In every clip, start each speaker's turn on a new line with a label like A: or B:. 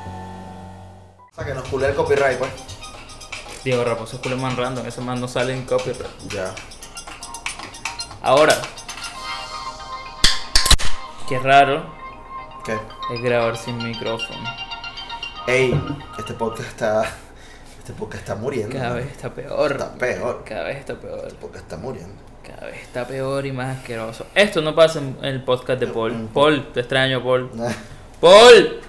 A: O sea, que nos culé el copyright, pues.
B: Diego Raposo es man random, ese man no sale en copyright.
A: Ya.
B: Ahora, qué raro
A: ¿Qué?
B: es grabar sin micrófono.
A: Ey, este podcast está. Este podcast está muriendo.
B: Cada
A: ¿no?
B: vez está peor.
A: Está peor.
B: Cada vez está peor.
A: Este podcast está muriendo.
B: Cada vez está peor y más asqueroso. Esto no pasa en el podcast de Paul. Paul, te extraño, Paul. Paul,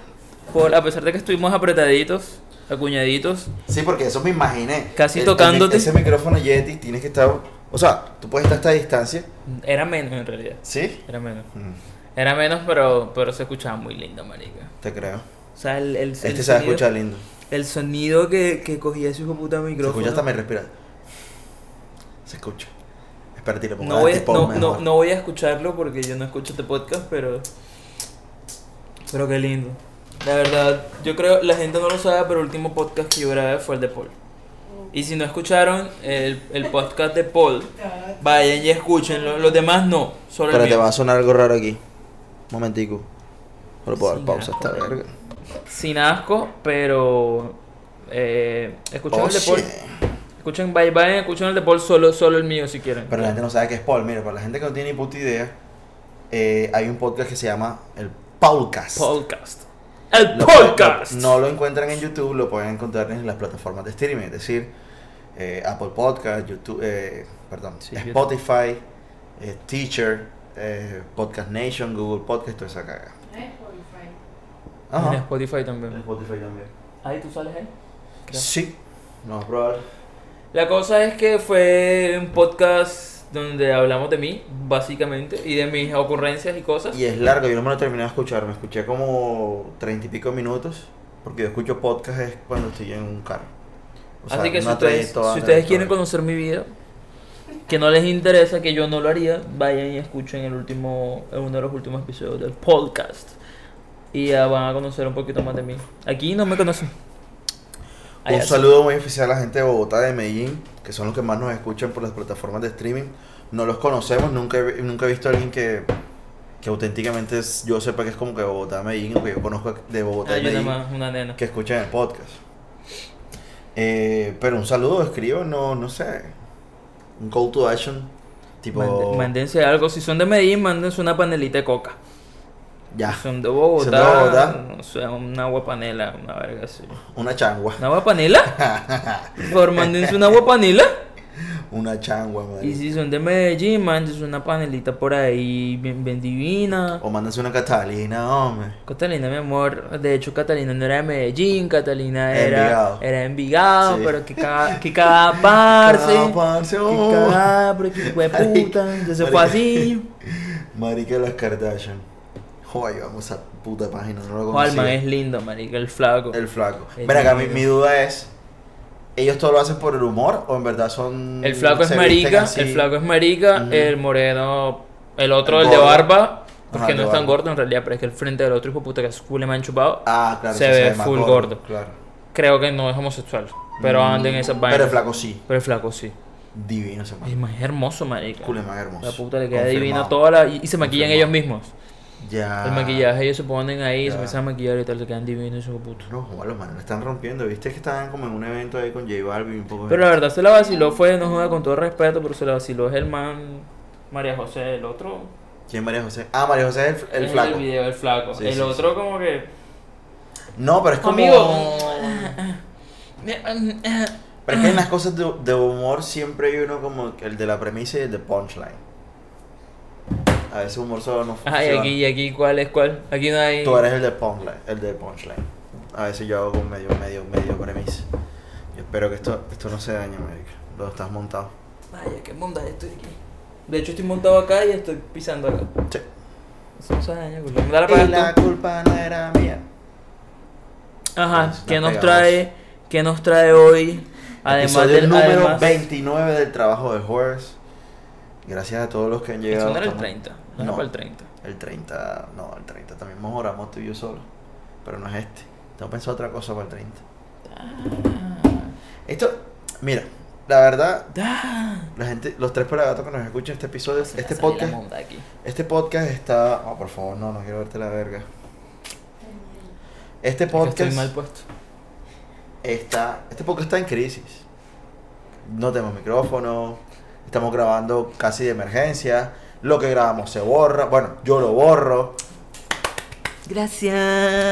B: Paul, a pesar de que estuvimos apretaditos, acuñaditos,
A: Sí, porque eso me imaginé.
B: Casi
A: El- el-
B: tocándote.
A: ese micrófono Yeti tienes que estar. O sea, tú puedes estar a esta distancia.
B: era menos en realidad.
A: ¿Sí?
B: Era menos.
A: Mm,
B: Era menos, pero, pero se escuchaba muy lindo, marica.
A: te creo.
B: O sea, el, el, el
A: Este se va a
B: sonido-
A: escuchar lindo.
B: El sonido que, que cogía ese hijo de puta
A: Se
B: micrófono.
A: escucha hasta me respira. Se escucha. Espérate, le pongo
B: no, voy a,
A: anti-pop
B: no,
A: este mejor.
B: no, no voy a escucharlo porque yo no escucho este podcast, pero. Pero qué lindo. La verdad, yo creo, la gente no lo sabe, pero el último podcast que yo grabé fue el de Paul. Y si no escucharon el, el podcast de Paul, vayan y escúchenlo. Los demás no, solo
A: Pero
B: el
A: te
B: mío.
A: va a sonar algo raro aquí. Momentico. No le puedo dar
B: Sí,
A: pausa a
B: nada.
A: esta verga.
B: Sin asco, pero. Eh, escuchen
A: Oh,
B: el de Paul.
A: shit.
B: Escuchen, vayan, vayan, escuchen el de Paul, solo, solo el mío si quieren.
A: Pero la gente no sabe qué es Paul. Mira, para la gente que no tiene ni puta idea, eh, hay un podcast que se llama el Paulcast.
B: Podcast. El
A: Lo-
B: podcast.
A: lo- no lo encuentran en YouTube, lo pueden encontrar en las plataformas de streaming, es decir, eh, Apple Podcast, YouTube, eh, perdón,
B: Sí, yo-
A: Spotify, eh, Teacher, eh, Podcast Nation, Google Podcast, toda esa caga.
B: En
A: Ajá.
B: Spotify también.
A: Spotify también.
B: Ahí tú sales ahí. Creo.
A: Sí. Vamos a probar.
B: La cosa es que fue un podcast donde hablamos de mí, básicamente, y de mis ocurrencias y cosas.
A: Y es largo, yo no me lo terminé de escuchar, me escuché como treinta y pico minutos, porque yo escucho podcast es cuando estoy en un carro. O sea,
B: Así que si
A: una
B: ustedes,
A: trayectoria-
B: si ustedes quieren conocer mi vida, que no les interesa, que yo no lo haría, vayan y escuchen el último, uno de los últimos episodios del podcast. Y ya van a conocer un poquito más de mí. Aquí no me conocen. Allá
A: Un
B: sí.
A: saludo muy especial a la gente de Bogotá, de Medellín, que son los que más nos escuchan por las plataformas de streaming. No los conocemos, nunca he, nunca he visto a alguien que, que auténticamente es- yo sepa que es como que de Bogotá, Medellín, o que yo conozco de Bogotá,
B: Hay una
A: Medellín,
B: Ah, más, una nena.
A: que escuchan el podcast. Eh, pero un saludo, escriban, no, no sé, un call to action, tipo...
B: Mande- Mándense algo. Si son de Medellín, mándense una panelita de coca.
A: Ya,
B: Son de Bogotá.
A: Ah. Son de Bogotá.
B: O sea, una agua panela, una verga así.
A: una changua,
B: ¿Una agua panela? Por mándense una agua panela.
A: una changua, madre.
B: Y si son de Medellín, mándense una panelita por ahí, bien, bien divina.
A: O mándense una Catalina, hombre.
B: Catalina, mi amor, de hecho Catalina no era de Medellín, Catalina era
A: Envigado.
B: era de Envigado,
A: Sí.
B: pero que cada, que cada parce,
A: Cagada, parce, oh.
B: que cada, pero que fue puta, entonces fue
A: marica.
B: así.
A: Marica de las Kardashian. Joder, vamos a puta página, no lo
B: Juan,
A: conocía.
B: es lindo, marica, el flaco.
A: El flaco.
B: El
A: Mira, acá mi,
B: negro.
A: mi duda es, ¿ellos todo lo hacen por el humor o en verdad son...
B: El flaco es
A: se visten
B: marica,
A: así?
B: el flaco es marica,
A: Ujú.
B: el moreno, el otro,
A: El
B: el, de
A: gordo.
B: barba, porque
A: el
B: no
A: de
B: es tan
A: barba.
B: gordo en realidad, pero es que el frente del otro hijo de puta que es culo me han chupado,
A: Ah, claro.
B: se
A: sí,
B: ve
A: más
B: full gordo.
A: Claro.
B: creo que no es homosexual, pero anden en esas vainas.
A: Mm, Pero el flaco sí.
B: Pero el flaco sí.
A: Divino ese
B: Es
A: man.
B: más hermoso, marica.
A: Culo es más hermoso.
B: La puta le queda
A: Confirmado.
B: divina toda la... Y, y se maquillan
A: Confirmado.
B: ellos mismos.
A: Ya.
B: El maquillaje ellos se ponen ahí, se
A: Ya.
B: empiezan a maquillar y tal, se quedan divinos esos putos.
A: No, joder, los manes la están rompiendo. Viste que estaban como en un evento ahí con J Balvin un poco. de
B: Pero la
A: gente.
B: verdad se la vaciló, fue, no joda, con todo respeto, pero se la vaciló es el man María José, el otro...
A: ¿Quién María José? Ah, María José es el- el,
B: Es
A: flaco.
B: El video, el flaco.
A: Sí,
B: el
A: sí,
B: otro como que...
A: No, pero es como...
B: Amigo.
A: Pero es que en las cosas de, de humor siempre hay uno como el de la premisa y el de punchline. A veces humor solo no funciona.
B: Ay, aquí, y aquí, ¿cuál es cuál? Aquí no hay...
A: Tú eres el de punchline, el de punchline. A veces yo hago con medio, medio, medio premisa. Yo espero que esto, esto no se dañe, marica. Lo estás montado.
B: Vaya, qué monda estoy aquí. De hecho, estoy montado acá y estoy pisando acá.
A: Sí.
B: Eso no se daña, culo. Me da la
A: Y
B: paga
A: la culpa no era mía.
B: tú. Ajá,
A: Nos
B: ¿qué nos
A: pegamos.
B: trae? ¿Qué nos trae hoy? Además
A: Episodio
B: del...
A: número
B: además...
A: 29 del trabajo de Horace. Gracias a todos los que han llegado.
B: Eso no era el
A: Estamos-
B: 30. No, era
A: No.
B: para el 30.
A: El 30, no, el 30 también mejoramos tú y yo solo. Pero no es este. Tengo pensado otra cosa para el 30. Esto, mira, la verdad,
B: Da.
A: la gente, los tres pelagatos que nos escuchan este episodio,
B: Se
A: Ah.
B: me
A: este
B: sale la
A: podcast,
B: monda aquí.
A: este podcast está. Oh, por favor, no, no quiero verte la verga. Este
B: Es que Estoy
A: podcast
B: mal puesto.
A: está. Este podcast está en crisis. No tenemos micrófono. Estamos grabando casi de emergencia. Lo que grabamos se borra. Bueno, yo lo borro.
B: Gracias.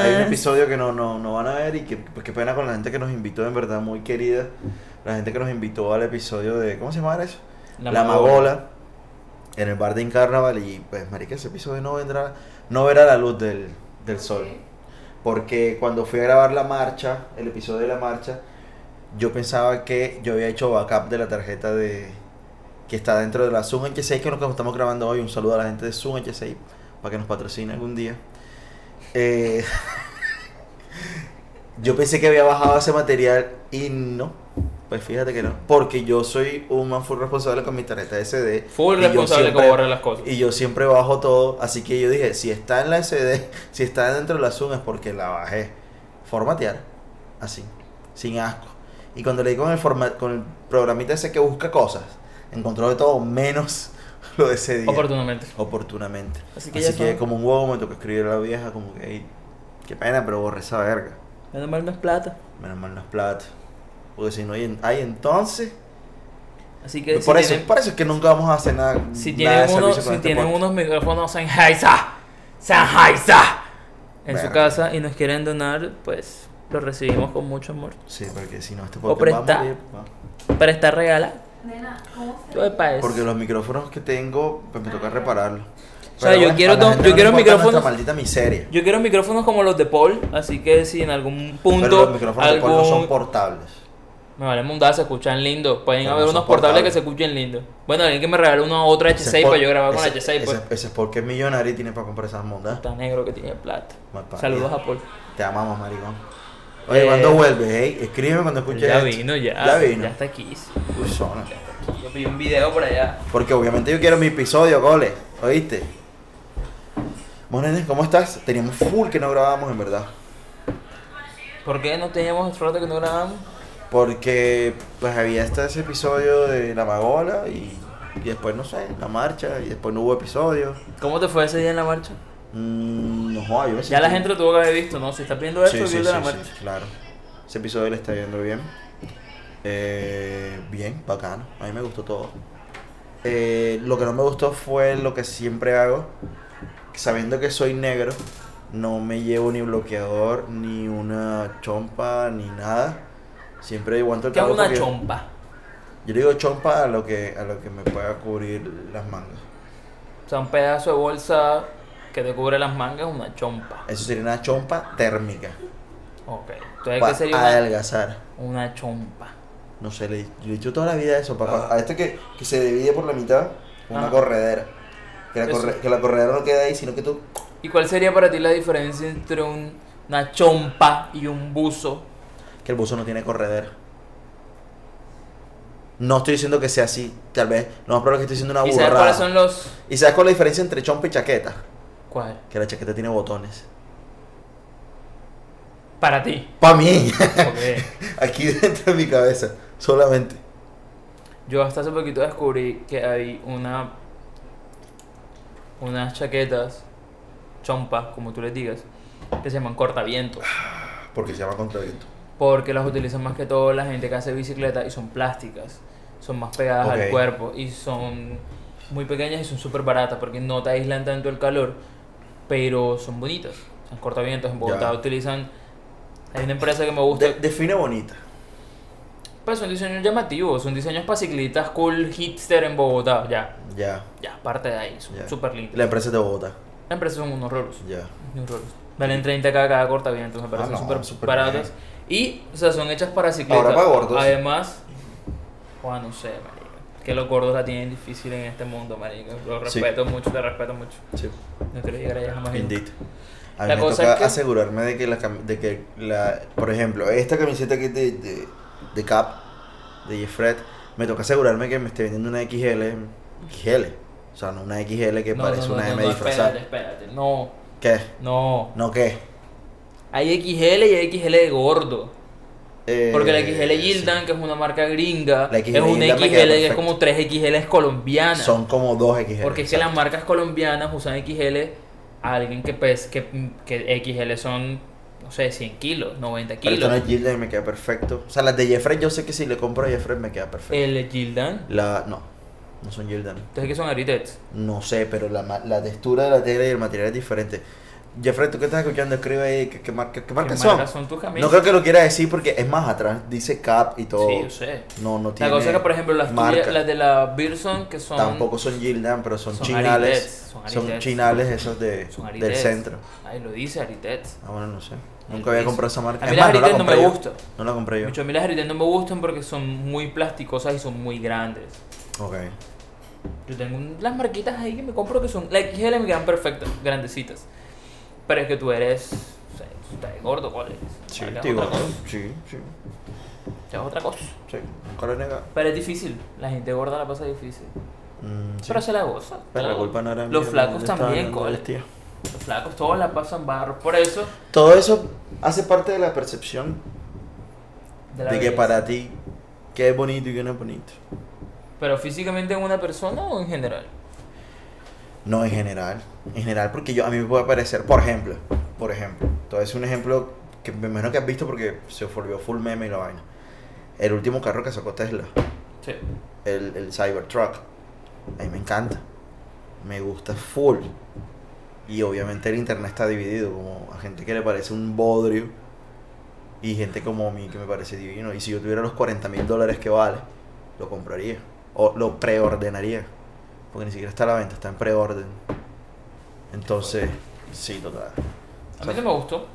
A: Hay un episodio que no, no, no van a ver y que pues qué pena con la gente que nos invitó, en verdad, muy querida. La gente que nos invitó al episodio de. ¿Cómo se llama eso? La, Magola. En el bar de Incarnaval. Y pues, marica, ese episodio no vendrá. No verá la luz del, del sol. Porque cuando fui a grabar la marcha, el episodio de la marcha, yo pensaba que yo había hecho backup de la tarjeta de que está dentro de la Zoom H6, que es lo que estamos grabando hoy. Un saludo a la gente de Zoom H6 para que nos patrocine algún día. Eh, yo pensé que había bajado ese material y no. Pues fíjate que no. Porque yo soy un man full responsable con mi tarjeta SD.
B: Full
A: y yo
B: responsable
A: siempre-
B: como borra las cosas.
A: y yo siempre bajo todo, así que yo dije, si está en la SD, si está dentro de la Zoom es porque la bajé. Formatear. Así. Sin asco. Y cuando le di con el, forma, con el programita ese que busca cosas, encontró de todo menos lo de ese día.
B: Oportunamente.
A: Oportunamente. Así
B: Así que
A: que,
B: ya saben.
A: como un huevo me tocó escribir a la vieja, como que, "Ey, qué pena, pero borré esa verga.
B: Menos mal no es plata.
A: Menos mal no es plata. Porque si no hay, en- hay entonces...
B: Así que
A: por,
B: si
A: eso,
B: tienen,
A: por eso es que nunca vamos a hacer nada.
B: si
A: nada
B: tienen,
A: de
B: uno-
A: servicio con
B: si
A: este
B: tienen
A: podcast.
B: unos micrófonos Sennheiser, Sennheiser, en su
A: Verga.
B: casa y nos quieren donar, pues lo recibimos con mucho amor.
A: Sí, porque si no, este
B: O
A: podcast va
B: presta-
A: a morir, va.
B: Para estar regala,
C: Nena, ¿cómo se
B: yo de pa' eso.
A: Porque los micrófonos que tengo, pues me toca repararlos.
B: O sea, yo
A: bueno,
B: quiero
A: a la
B: to-
A: gente
B: yo
A: no
B: quiero
A: le importa
B: micrófonos-
A: nuestra maldita miseria.
B: Yo quiero micrófonos como los de Paul, así que si en algún punto
A: pero los micrófonos de Paul no
B: algún-
A: son portables.
B: me vale mundar, se escuchan lindo. Pueden
A: Pero
B: haber
A: no son
B: unos portables que
A: portables.
B: se escuchen lindo. Bueno, alguien que me regaló una otra
A: Ese es
B: H6
A: por-
B: para yo grabar con la
A: ese-
B: H6, pues.
A: Ese, ese es porque es millonario y tiene para comprar esas mondas.
B: Está negro que tiene plata.
A: Mal parido.
B: Saludos a Paul.
A: Te amamos, maricón. Oye,
B: Eh,
A: ¿cuándo vuelves? Hey, escríbeme cuando escuches
B: Ya
A: esto.
B: vino, ya.
A: Ya vino.
B: está aquí.
A: Uy, zona.
B: Yo pedí un video por allá.
A: Porque obviamente yo quiero mi episodio, cole. ¿Oíste? Bueno, nene, ¿cómo estás? Teníamos full que no grabábamos, en verdad.
B: ¿Por qué no teníamos rato que no grabamos?
A: Porque pues había hasta ese episodio de la magola y, y después no sé, la marcha y después no hubo episodio.
B: ¿Cómo te fue ese día en la marcha?
A: Mm, no joda, yo me
B: Ya la
A: sentí-
B: gente lo tuvo que haber visto, ¿no? Si estás viendo esto,
A: Sí,
B: vio
A: sí,
B: el
A: sí,
B: de la
A: sí,
B: marcha.
A: claro. Ese episodio le está yendo bien. Eh, bien, bacano. A mí me gustó todo. Eh, lo que no me gustó fue lo que siempre hago. Sabiendo que soy negro, no me llevo ni bloqueador, ni una chompa, ni nada. Siempre aguanto el
B: ¿Qué hago
A: calor
B: una
A: porque-
B: chompa?
A: Yo le digo chompa a lo que a lo que me pueda cubrir las mangas.
B: O sea, un pedazo de bolsa que te cubre las mangas, una chompa.
A: Eso sería una chompa térmica.
B: Ok. Entonces,
A: Para
B: ¿qué sería una,
A: adelgazar.
B: una chompa?
A: No sé, le, yo le he dicho toda la vida eso.
B: Ah.
A: Papá. Ah. A este que, que se divide por la mitad, una
B: Ajá.
A: corredera. Que la,
B: Eso.
A: corre- que la corredera no queda ahí, sino que tú.
B: ¿Y cuál sería para ti la diferencia entre un- una chompa y un buzo?
A: Que el buzo no tiene corredera. No estoy diciendo que sea así, tal vez. Lo más probable es que estoy diciendo una
B: ¿Y sabes
A: burrada.
B: cuáles son los...?
A: ¿Y sabes cuál es la diferencia entre chompa y chaqueta?
B: ¿Cuál?
A: Que la chaqueta tiene botones.
B: Para ti.
A: Pa' mí,
B: Porque
A: aquí dentro de mi cabeza, solamente.
B: yo hasta hace poquito descubrí que hay una... Unas chaquetas, chompas, como tú les digas, que se llaman cortavientos.
A: Porque se llama contraviento.
B: porque las utilizan más que todo la gente que hace bicicleta y son plásticas, son más pegadas al
A: Ok.
B: cuerpo y son muy pequeñas y son súper baratas porque no te aíslan tanto el calor, pero son bonitas. Son cortavientos en Bogotá
A: Ya.
B: utilizan hay una empresa que me gusta,
A: De- define bonita.
B: pues son diseños llamativos, son diseños para ciclistas cool hipster en Bogotá, ya,
A: Ya.
B: ya, parte de ahí, son
A: Ya.
B: súper lindas.
A: La empresa te vota.
B: Las empresas son unos rolos.
A: Ya.
B: Muy raros. Valen 30 cada, cada cortavientos, me parecen
A: Ah, no,
B: súper
A: súper
B: baratas. Y, o sea, son hechas para ciclistas.
A: Ahora para gordos.
B: Además, Juan, no sé, marica. Que los gordos la tienen difícil en este mundo, marica. Lo
A: Sí.
B: respeto mucho, te respeto mucho.
A: Sí.
B: No quiero llegar allá jamás.
A: Indeed. A mí
B: La
A: me
B: cosa
A: toca
B: es que-
A: asegurarme de que la cam- de que la por ejemplo, esta camiseta que es de, de, de Cap, de Jeffred, me toca asegurarme que me esté vendiendo una XL XL. O sea, no una XL que
B: No,
A: parece
B: no,
A: una
B: no,
A: M
B: no,
A: disfrazada.
B: Espérate, espérate. No,
A: ¿Qué?
B: no.
A: ¿No qué?
B: Hay XL y hay XL de gordo.
A: Eh,
B: Porque la XL Gildan, que es una marca gringa,
A: La
B: es
A: XL
B: una
A: Gildan me queda
B: XL que es
A: perfecta.
B: como tres XL colombianas.
A: Son como dos XL.
B: porque es que las marcas colombianas usan XL a alguien que, pes- que, que XL son, no sé, 100 kilos, 90
A: Pero esto no
B: kilos.
A: es Gildan y me queda perfecto. O sea, las de Jeffrey, yo sé que si le compro a Jeffrey me queda perfecto.
B: El Gildan,
A: La. No, no son Gildan.
B: entonces que son Aritex.
A: No sé, pero la, ma- la textura de la tela y el material es diferente. Jeffrey, ¿tú qué estás escuchando? Escribe ahí qué, qué marca, qué marca
B: ¿Qué
A: son.
B: marcas son tus camisas?
A: No creo que lo quiera decir porque es más atrás. Dice Cap y todo.
B: Sí, yo sé.
A: No, no
B: La
A: tiene.
B: cosa es que, por ejemplo, las,
A: marca.
B: tuyas- las de la Birson, que son...
A: Tampoco son Gildan, pero son,
B: Son
A: chinales.
B: Aritex, son
A: son,
B: Aritex.
A: chinales esos de,
B: son Aritex.
A: del centro.
B: Ay, lo dice Aritex.
A: Ah, bueno, no sé.
B: Aritex.
A: Nunca había comprado esa marca.
B: A mí
A: Es
B: las
A: más, no la
B: Aritex no
A: compré
B: me
A: yo.
B: gustan.
A: No la compré yo.
B: Mucho a mí las Aritex no me gustan porque son muy plasticosas y son muy grandes.
A: Ok.
B: Yo tengo un- las marquitas ahí que me compro que son. La XL me quedan perfectas, grandecitas. Pero es que tú eres. O sea, tú estás gordo, ¿cuál es?
A: Sí,
B: Acá es
A: digo,
B: otra cosa,
A: sí, sí,
B: acá es otra cosa.
A: sí. Nunca lo he negado.
B: Pero es difícil. La gente gorda la pasa difícil.
A: Mm, sí.
B: Pero se la goza.
A: Pero la
B: claro.
A: culpa no era
B: Los
A: mía,
B: flacos
A: yo estaba
B: también,
A: hablando
B: cole.
A: del tío.
B: Los flacos todos la pasan barro. Por eso.
A: Todo eso hace parte de la percepción
B: de la
A: de que
B: belleza.
A: para ti qué es bonito y qué no es bonito.
B: Pero físicamente en una persona o en general.
A: No, en general. En general, porque yo a mí me puede parecer, por ejemplo, por ejemplo, todo es un ejemplo que me imagino que has visto porque se volvió full meme y la vaina. El último carro que sacó Tesla,
B: Sí.
A: el, el Cybertruck, a mí me encanta. Me gusta full. Y obviamente el internet está dividido, como a gente que le parece un bodrio y gente como a mí que me parece divino. Y si yo tuviera los 40 mil dólares que vale, lo compraría o lo preordenaría. Porque ni siquiera está a la venta, está en preorden. Entonces, sí, total.
B: A mí no me gustó.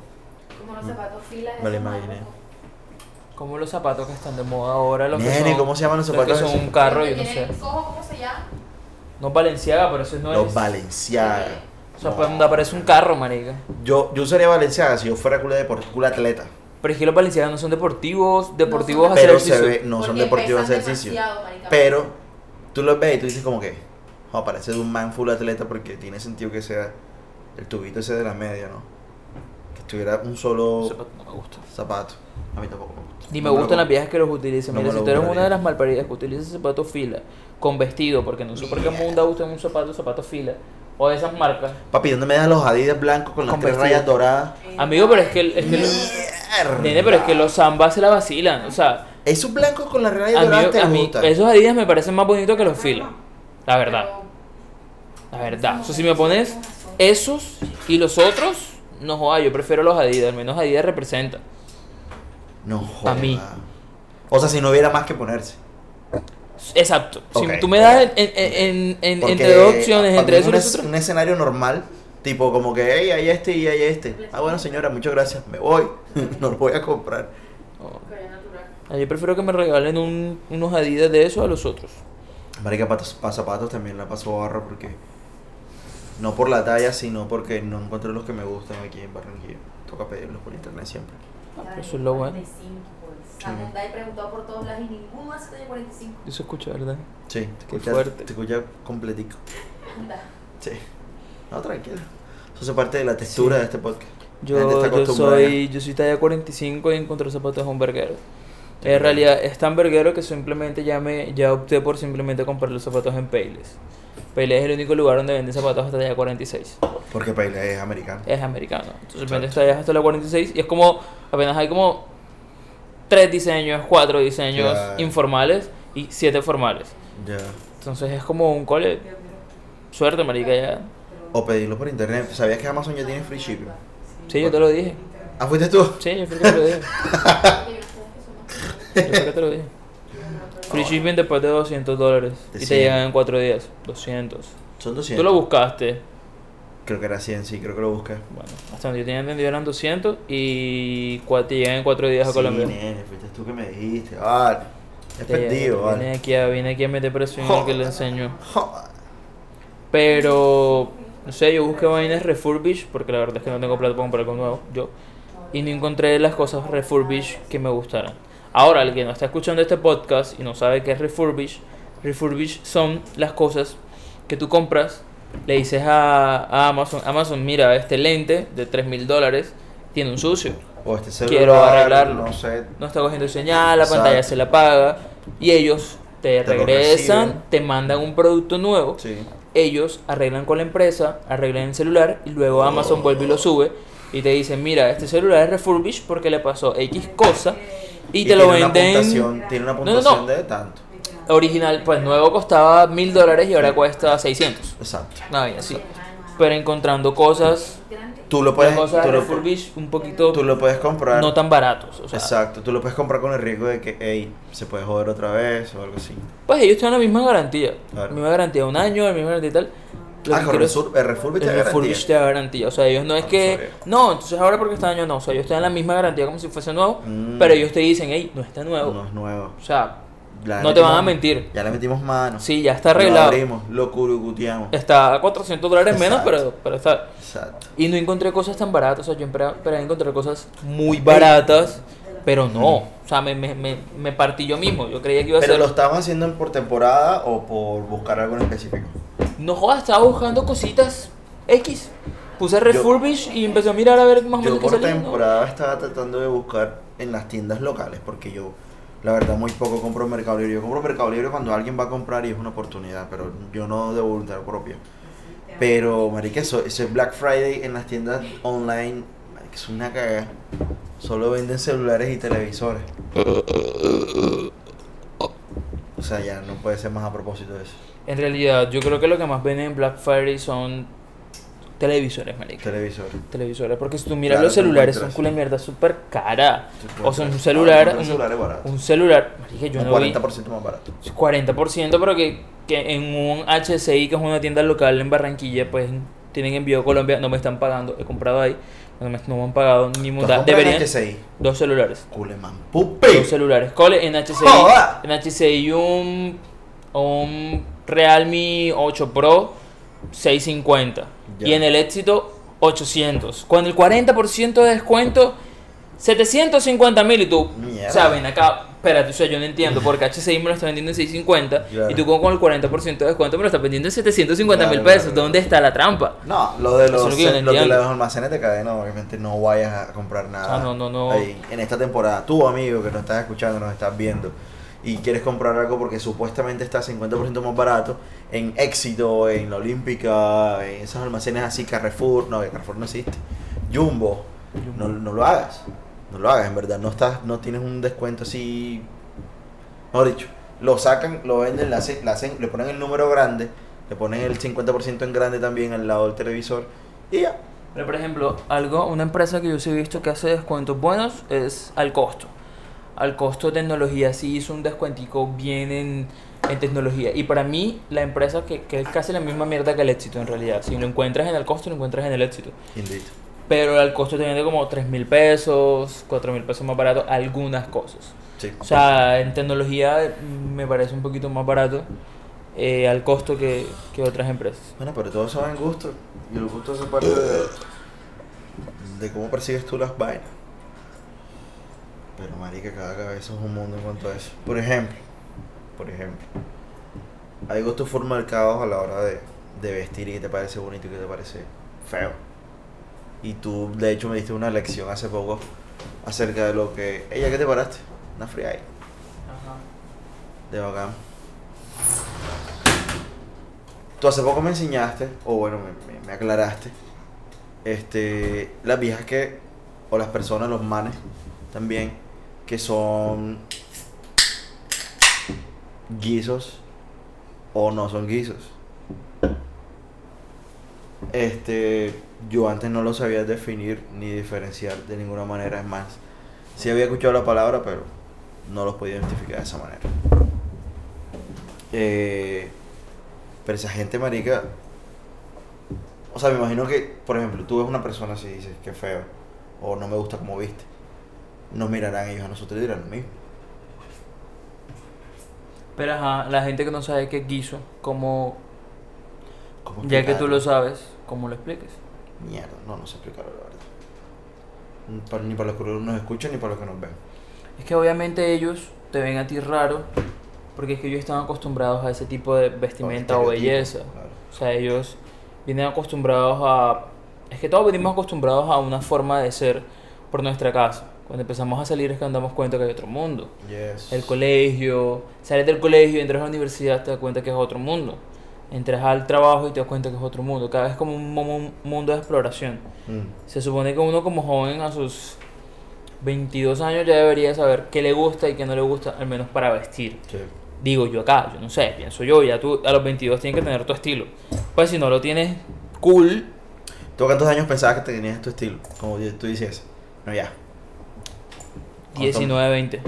C: Como los zapatos filas.
A: Me lo
C: esos
A: imaginé.
C: malucos.
B: Como los zapatos que están de moda ahora. Los que
A: Nene,
B: son,
A: ¿cómo se llaman los
B: los que
A: zapatos?
B: son
A: esos?
B: un carro, yo no
C: Tienen
B: sé.
C: cojo, ¿Cómo se llama?
B: No es Valenciaga, pero eso no
A: Los
B: es.
A: Valenciaga.
B: O sea,
A: No.
B: cuando aparece un carro, marica.
A: Yo, yo usaría Valenciaga si yo fuera culo de culo atleta.
B: Pero es que los valencianos no son deportivos, deportivos
C: No son.
B: hacer
A: Pero se ve,
B: ejercicio.
A: no son
C: Porque
A: deportivos de
C: pesan
A: ejercicio.
C: demasiado, marica.
A: Pero tú los ves y tú dices como que, oh, parece de un man full atleta porque tiene sentido que sea el tubito ese de la media, ¿no? Que estuviera un solo
B: Eso No me gusta.
A: zapato. A mí tampoco me gusta.
B: Ni
A: No
B: me
A: lo
B: gustan las
A: compro.
B: viejas que los utilizan.
A: No
B: Mira,
A: me
B: si
A: lo
B: tú eres una
A: compraría.
B: de las malparidas que utiliza zapatos fila con vestido, porque no sé por qué
A: Mierda.
B: mundo usan un zapato, zapato fila, o de esas marcas.
A: Papi, ¿dónde me das los Adidas blancos con las
B: Con
A: tres
B: vestido.
A: rayas doradas?
C: Eh,
B: Amigo, pero es que el- es que los-
A: Mierda.
B: Nene, pero es que los zambas se la vacilan. O sea,
A: Esos blancos con las rayas
B: a mí,
A: doradas te
B: a mí
A: gustan.
B: esos adidas me parecen más bonitos que los filas. La verdad, la verdad. O sea, si me pones esos y los otros, no joda, yo prefiero los adidas. Al menos adidas representa.
A: No joda.
B: a mí.
A: O sea, si no hubiera más que ponerse.
B: Exacto.
A: Ok,
B: si tú me das
A: ok.
B: en- en- en- en-
A: Porque
B: entre dos opciones,
A: para
B: entre
A: mí
B: eso y
A: un, es-
B: los otros,
A: un escenario normal, tipo como que, hey, hay este y hay este. Ah, bueno, señora, muchas gracias, me voy. no lo voy a comprar.
C: Pero es natural.
B: no. yo prefiero que me regalen un- unos adidas de eso a los otros.
A: Marica, para, tus- para zapatos también la paso barro porque. No por la talla, sino porque no encuentro los que me gustan aquí en Barranquilla. Toca pedirlos por internet siempre.
B: Ah,
C: Ya,
B: pero eso es lo bueno.
C: 45, pues. Samunda y preguntó por todos lados y ninguno hace talla 45.
B: Eso escucha, ¿verdad?
A: Sí, te
B: Qué
A: escucha,
B: fuerte.
A: te escucha completico.
C: Anda.
A: Sí. No, tranquilo. Eso hace parte de la textura de este podcast. La gente
B: Yo,
A: está
B: yo
A: acostumbrada.
B: soy yo soy talla 45 y encontré zapatos hamburgueros. En realidad es tan verguero que simplemente ya me ya opté por simplemente comprar los zapatos en Payless. Payless es el único lugar donde venden zapatos hasta talla 46.
A: Porque Paile es americano.
B: es americano. Entonces
A: Exacto.
B: vende tallas hasta la 46 y es como, apenas hay como tres diseños, cuatro diseños
A: Claro.
B: informales y siete formales.
A: Ya.
B: Entonces es como un cole. Suerte, marica, ya.
A: O pedirlos por internet. ¿Sabías que Amazon ya tiene free shipping?
B: Sí, yo te lo dije.
A: Ah, fuiste tú.
B: Sí, yo creo que te lo dije. Yo creo que te lo dije. Free shipping después de 200 dólares
A: De
B: y te
A: cien.
B: llegan en cuatro días. 200.
A: Son 200.
B: Tú lo buscaste.
A: Creo que era 100, sí, creo que lo busqué.
B: Bueno, hasta donde yo tenía entendido eran 200 y cua- te llegan en cuatro días a
A: sí,
B: Colombia.
A: nene, fuiste tú que me dijiste. Vale. Es
B: Te llegan-
A: perdido,
B: Vine
A: vale.
B: aquí, a, vine aquí a meter presión y que le enseño.
A: Joder.
B: Pero, no sé, yo busqué vainas refurbish, porque la verdad es que no tengo plata para comprar algo nuevo, yo. Y no encontré las cosas refurbish que me gustaran. Ahora, el que no está escuchando este podcast y no sabe qué es refurbish, refurbish son las cosas que tú compras, le dices a, a Amazon, Amazon, mira, este lente de 3 mil dólares tiene un sucio.
A: O este celular.
B: Quiero arreglarlo.
A: No sé.
B: No está cogiendo señal, la
A: Exacto.
B: pantalla se la apaga. Y ellos te,
A: Te lo reciben.
B: regresan, te mandan un producto nuevo.
A: Sí.
B: Ellos arreglan con la empresa, arreglan el celular y luego Amazon vuelve y lo sube. Y te dicen, mira, este celular es refurbished porque le pasó X cosa. Y, te lo
A: tiene una
B: venden
A: puntuación- tiene una
B: No, no, no.
A: puntuación de tanto.
B: original. Pues nuevo costaba mil dólares y ahora cuesta 600.
A: Exacto.
B: No, y así. Pero encontrando cosas,
A: Tú lo puedes,
B: cosas
A: tú lo,
B: refurbished un poquito
A: tú lo puedes comprar.
B: no tan baratos. O sea,
A: Exacto, tú lo puedes comprar con el riesgo de que, hey, se puede joder otra vez o algo así.
B: Pues ellos tienen la misma garantía.
A: Claro.
B: La misma garantía de un año, la misma garantía y tal. Lo
A: ah, con
B: que quiero
A: el,
B: es-
A: sur, el refurb te
B: el
A: da
B: refurbish te
A: garantía.
B: da garantía. O sea, ellos no es
A: Ah, no
B: que.
A: sabía.
B: No, entonces ahora porque está año no. O sea, ellos te dan la misma garantía como si fuese nuevo.
A: Mm.
B: Pero ellos te dicen, hey, no está nuevo.
A: No es nuevo.
B: O sea,
A: La
B: No te van
A: metimos-
B: a mentir.
A: Ya le metimos mano.
B: sí, ya está arreglado.
A: Lo abrimos, lo curuguteamos.
B: Está a 400 dólares menos,
A: Exacto.
B: pero, pero está.
A: Exacto.
B: Y no encontré cosas tan baratas. O sea, yo espera- esperaba encontrar cosas muy baratas, pero no. O sea, me, me, me, me partí yo mismo. Yo creía que iba a
A: Mm. Pero
B: ser.
A: lo estamos haciendo por temporada o por buscar algo en específico.
B: No jodas, estaba buscando cositas X. Puse refurbish y empecé a mirar a ver más o
A: Yo
B: menos qué
A: por
B: salía. ¿no?
A: temporada estaba tratando de buscar en las tiendas locales porque yo, la verdad, muy poco compro en Mercado Libre. Yo compro en Mercado Libre cuando alguien va a comprar y es una oportunidad, pero yo no de voluntad propia. Pero, marica, eso, ese Black Friday en las tiendas online marica, es una cagada. Solo venden celulares y televisores. O sea, ya no puede ser más a propósito de eso.
B: En realidad, yo creo que lo que más venden en Black Friday son televisores, marica.
A: Televisores.
B: televisores, porque si tú miras
A: Claro,
B: los
A: te
B: celulares, son
A: encuentras.
B: culo de mierda súper cara.
A: Sí,
B: O
A: puede
B: sea, un
A: ser.
B: celular.
A: Ahora
B: Un,
A: encuentras celulares baratos.
B: un celular, marica, yo
A: Un
B: no vi.
A: 40% más barato.
B: 40%, pero que, que en un HCI, que es una tienda local en Barranquilla, pues tienen envío a Colombia, no me están pagando, he comprado ahí, no me, no me han pagado ni
A: ¿Tú
B: montada.
A: has comprado en
B: Deberían.
A: HCI?
B: Dos celulares.
A: Culeman Pupi.
B: Dos celulares. Cole en HCI.
A: Joda.
B: En HCI un, un Realme 8 Pro 650.
A: Ya.
B: Y en el éxito 800. Con el 40% de descuento 750 mil y tú.
A: Mierda.
B: Saben acá. Espérate, o sea, yo no entiendo porque HCI me lo está vendiendo en 650
A: Claro.
B: y tú con, con el 40% de descuento me lo estás vendiendo en 750 mil
A: Claro, claro,
B: pesos.
A: claro.
B: ¿Dónde está la trampa?
A: No, lo de los,
B: Eso es lo que yo no
A: lo de
B: entiendo.
A: los almacenes de cadena, obviamente no vayas a comprar nada.
B: Ah, no, no, no.
A: ahí. en esta temporada, tú amigo que nos estás escuchando, nos estás viendo y quieres comprar algo porque supuestamente está 50% más barato en Éxito, en la Olímpica, en esos almacenes así, Carrefour, no, que Carrefour no existe, Jumbo, No, no lo hagas, no lo hagas, en verdad, no estás, no tienes un descuento así, mejor dicho, lo sacan, lo venden, le, hacen, le, hacen- le ponen el número grande, le ponen el 50% en grande también al lado del televisor y ya.
B: Pero por ejemplo, algo, una empresa que yo sí he visto que hace descuentos buenos es al costo. Al costo de tecnología sí hizo un descuentico bien en, en tecnología. Y para mí, la empresa que, que es casi la misma mierda que el éxito en realidad. Si lo encuentras en el costo, lo encuentras en el éxito.
A: Indito.
B: Pero al costo te vende como 3 mil pesos, 4 mil pesos más barato, algunas cosas.
A: Sí.
B: O sea, en tecnología mm, me parece un poquito más barato eh, al costo que, que otras empresas.
A: Bueno, pero todo eso va en gusto. Y el gusto hace parte de, de cómo percibes tú las vainas. Pero marica, cada cabeza es un mundo en cuanto a eso. Por ejemplo, por ejemplo, hay gustos formalcados a la hora de, de vestir y que te parece bonito y que te parece feo. Y tú, de hecho, me diste una lección hace poco acerca de lo que... Ella, ¿qué te paraste? Una fría ahí, de bacán. Tú hace poco me enseñaste, o bueno, me, me- me aclaraste, este, las viejas que, o las personas, los manes también, que son guisos o no son guisos. Este, yo antes no lo sabía definir ni diferenciar de ninguna manera, es más, sí había escuchado la palabra, pero no los podía identificar de esa manera. Eh, pero esa gente, marica. O sea, me imagino que, por ejemplo, tú ves una persona así y dices, qué feo. O no me gusta como viste. Nos mirarán ellos a nosotros y dirán lo mismo.
B: Pero ajá, la gente que no sabe qué guiso, como
A: ¿Cómo
B: ya que tú
A: explicarlo?
B: lo sabes, ¿cómo lo expliques?
A: Mierda, no, no sé explicarlo, la verdad. Ni para- Ni para los que nos escuchan ni para los que nos ven.
B: Es que obviamente ellos te ven a ti raro, porque es que ellos están acostumbrados a ese tipo de vestimenta o
A: Estereotipos,
B: belleza.
A: claro.
B: O sea, ellos vienen acostumbrados a... Es que todos venimos acostumbrados a una forma de ser, por nuestra casa. Cuando empezamos a salir es que nos damos cuenta que hay otro mundo.
A: Yes.
B: El colegio, sales del colegio, entras a la universidad, te das cuenta que es otro mundo. Entras al trabajo y te das cuenta que es otro mundo. Cada vez como un, mo- un mundo de exploración.
A: Mm.
B: Se supone que uno como joven a sus 22 años ya debería saber qué le gusta y qué no le gusta, al menos para vestir.
A: Sí.
B: Digo yo acá, yo no sé, pienso yo, ya tú a los 22 tienes que tener tu estilo. Pues si no lo tienes cool,
A: ¿Tú cuántos años pensabas que tenías tu estilo? Como di- tú dices. No, ya.
B: 19, 20.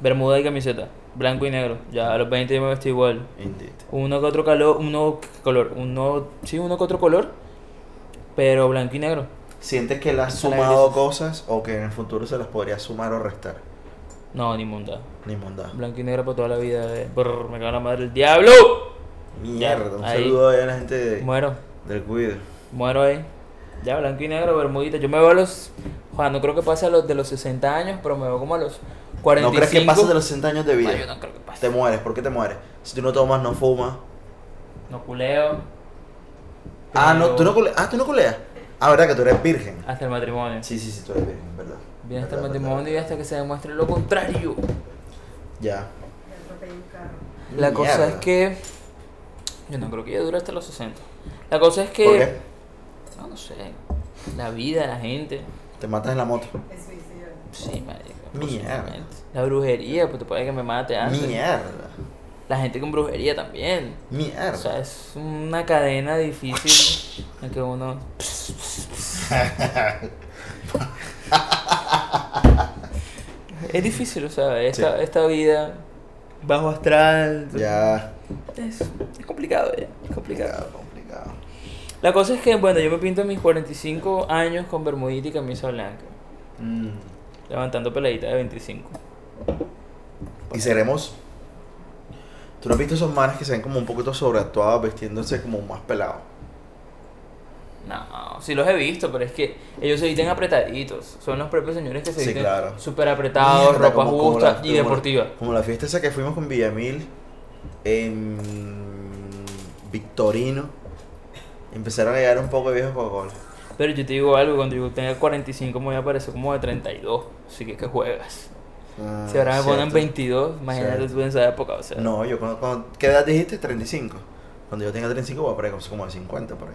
B: Bermuda y camiseta, blanco y negro. Ya a los 20 yo me vestí igual.
A: Indeed.
B: Uno que otro calor, uno que color, uno, sí, uno que otro color, pero blanco y negro.
A: ¿Sientes que le has
B: Hola,
A: sumado
B: Ulises.
A: cosas o que en el futuro se las podría sumar o restar?
B: No, ni munda.
A: Ni mondado.
B: Blanco y negro para toda la vida. eh. Brr, me cago en la madre del diablo.
A: Mierda, un
B: ahí.
A: saludo ahí a la gente de-
B: Muero.
A: del cuido.
B: Muero ahí. Ya, blanco y negro, bermudita. Yo me veo a los. Juan, no creo que pase a los de los 60 años, pero me veo como a los 45.
A: ¿No crees que pasas de los 60 años de vida?
B: No, yo no creo que pase.
A: Te mueres, ¿por qué te mueres? Si tú no tomas, no fumas.
B: No culeo.
A: Ah, no,
B: Pero-
A: tú no culeas. Ah, tú no culeas. Ah, verdad que tú eres virgen.
B: Hasta el matrimonio.
A: Sí, sí, sí, tú eres virgen, verdad.
B: Viene hasta el
A: Verdad,
B: matrimonio y
A: verdad.
B: hasta que se demuestre lo contrario.
A: Ya.
C: Me atropelló un carro.
B: La cosa es
A: Mierda.
B: que. Yo no creo que yo dure hasta los 60. La cosa es que.
A: ¿Por qué?
B: No, no sé. La vida, la gente.
A: Te matas en la moto.
C: Es suicidio.
B: Sí, marica.
A: Mierda.
B: posiblemente. La brujería, pues te puede que me mate antes.
A: Mierda.
B: La gente con brujería también.
A: Mierda.
B: O sea, es una cadena difícil en que uno. es difícil, o sea, esta,
A: Sí.
B: esta vida bajo astral.
A: ya.
B: Es, es complicado, ya. Es complicado.
A: Complicado, complicado.
B: La cosa es que, bueno, yo me pinto mis 45 años con bermudita y camisa blanca.
A: Mm.
B: Levantando peladita de 25.
A: Y seremos. ¿Tú no has visto esos manes que se ven como un poquito sobreactuados, vestiéndose como más pelados?
B: No, sí los he visto, pero es que ellos se visten apretaditos. Son los propios señores que se
A: Sí,
B: visten
A: claro.
B: súper apretados,
A: Mierda,
B: ropa
A: como- como
B: justa
A: la-
B: y
A: como la-
B: deportiva.
A: Como la fiesta esa que fuimos con Villamil en Victorino. Empezaron a llegar un poco de viejos Coca-Cola.
B: Pero yo te digo algo, cuando yo tenga 45 me voy a parecer como de 32. Así que que juegas.
A: Ah,
B: si ahora me ponen
A: cierto.
B: 22, imagínate
A: Cierto.
B: tú en esa época, o sea.
A: No, yo cuando, cuando- ¿Qué edad dijiste? 35. Cuando yo tenga 35 voy a poner como de 50 por ahí.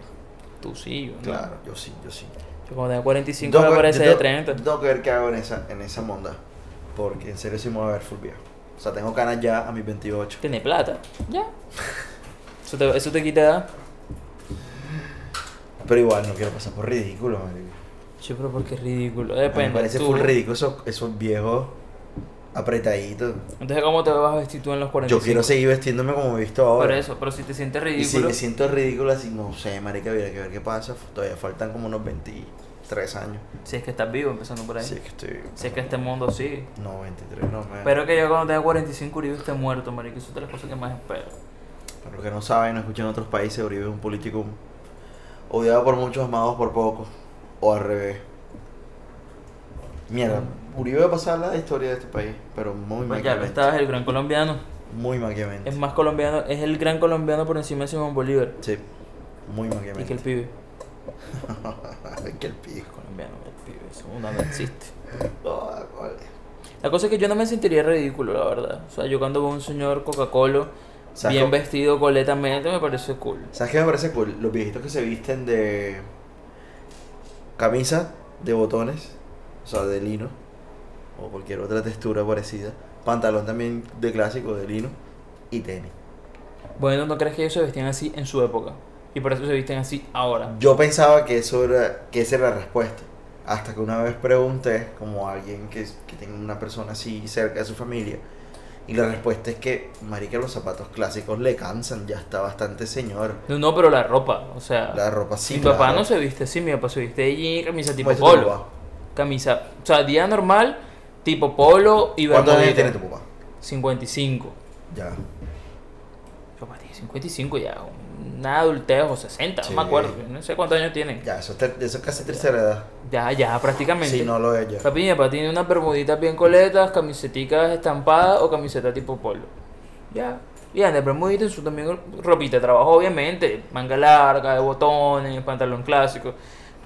B: Tú sí, yo no.
A: Claro, yo sí, yo sí.
B: Yo cuando tenga 45
A: Tengo que-
B: me voy a parecer de
A: yo tengo-
B: 30.
A: yo Tengo que ver qué hago en esa, en esa monda. Porque en serio sí me voy a ver full viejo. O sea, tengo canas ya a mis 28.
B: Tienes plata. Ya. Eso te, eso te quita edad.
A: Pero igual no quiero pasar por ridículo, marico.
B: Sí, pero porque es ridículo.
A: A mí
B: Depende.
A: Me parece
B: tú.
A: full ridículo esos, esos viejos apretaditos.
B: Entonces, ¿cómo te vas a vestir tú en los 45?
A: Yo quiero seguir vestiéndome como he visto ahora.
B: Por eso, pero si te sientes
A: Y si
B: ridículo.
A: me siento ridículo así, no sé, marica, habría que ver qué pasa. Todavía faltan como unos 23 años.
B: Si es que estás vivo, empezando por ahí.
A: Si es que estoy...
B: Si es que este mundo sigue.
A: No, 23 no, me...
B: Pero que yo cuando tenga 45 Uribe esté muerto, marico. Eso es de las cosas que más espero.
A: Para los que no saben, no escuchan en otros países, Uribe es un político odiado por muchos, amado por pocos. O al revés. Mierda, Uribe va a pasar la historia de este país, pero muy
B: Pues ya lo
A: maquiavélicamente.
B: estabas, el gran colombiano.
A: Muy maquiavélicamente.
B: Es más colombiano, es el gran colombiano por encima de Simón Bolívar.
A: Sí, muy
B: Y que el
A: maquiavélicamente.
B: pibe.
A: que el pico.
B: Colombiano, el pibe, eso no existe.
A: Ah, vale.
B: La cosa es que yo no me sentiría ridículo, la verdad. O sea, yo cuando veo a un señor Coca-Cola,
A: ¿Sabes
B: bien
A: cómo-
B: vestido, coletamente, me parece cool.
A: ¿Sabes qué me parece cool? Los viejitos que se visten de camisa de botones, o sea, de lino, o cualquier otra textura parecida, pantalón también de clásico de lino y tenis.
B: Bueno, ¿no crees que ellos se vestían así en su época? Y por eso se visten así ahora.
A: Yo pensaba que eso era, que esa era la respuesta. Hasta que una vez pregunté, como a alguien que, que tenga una persona así cerca de su familia, y la respuesta es que, marica, los zapatos clásicos le cansan, ya está bastante señor.
B: No, no, pero la ropa, o sea...
A: La ropa sí.
B: Ah. mi papá
A: claro.
B: no se viste así, mi papá se viste de jean, camisa
A: ¿Cómo
B: tipo
A: dice tu
B: polo.
A: papá?
B: Camisa, o sea, día normal, tipo polo y
A: ¿Cuántos años tiene
B: bermudita.
A: tu papá?
B: 55.
A: Ya.
B: Yo pues, dije, 55 ya, una adultez o 60,
A: Sí.
B: no me acuerdo, yo no sé cuántos años tienen. Ya,
A: Ya, eso, es ter- eso es casi tercera edad.
B: ya, prácticamente.
A: Sí, no lo es ya.
B: Papi, mi papá tiene unas bermuditas bien coletas, camiseticas estampadas o camiseta tipo polo. Ya. Y anda, bermudita en su también ropita de trabajo, obviamente. Manga larga, de botones, pantalón clásico.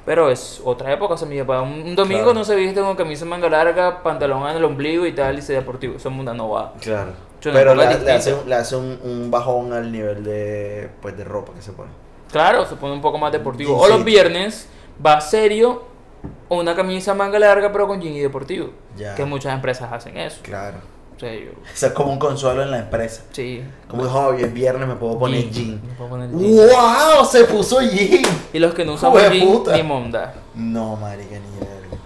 B: Pero es otra época, o sea, mi papá un, un domingo
A: Claro.
B: no se viste con camisa manga larga, pantalón en el ombligo y tal, y se deportivo. Eso es una novada.
A: Claro.
B: Yo no
A: Pero
B: me
A: le,
B: acuerdo
A: le hace,
B: distinto.
A: le hace un, un bajón al nivel de, pues, de ropa que se pone.
B: Claro, se pone un poco más deportivo. O
A: Sí.
B: los viernes va serio o una camisa manga larga pero con jean y deportivo.
A: Ya.
B: Que muchas empresas hacen eso.
A: Claro.
B: O sea, yo-
A: Eso es como un consuelo en la empresa.
B: sí.
A: Como dijo, hoy es viernes, me puedo poner
B: Jean,
A: jean.
B: me puedo poner jean.
A: ¡Wow! Se puso jean.
B: Y los que no usan
A: Hijo de
B: jean,
A: puta.
B: ni monda.
A: No, marica, ni verga.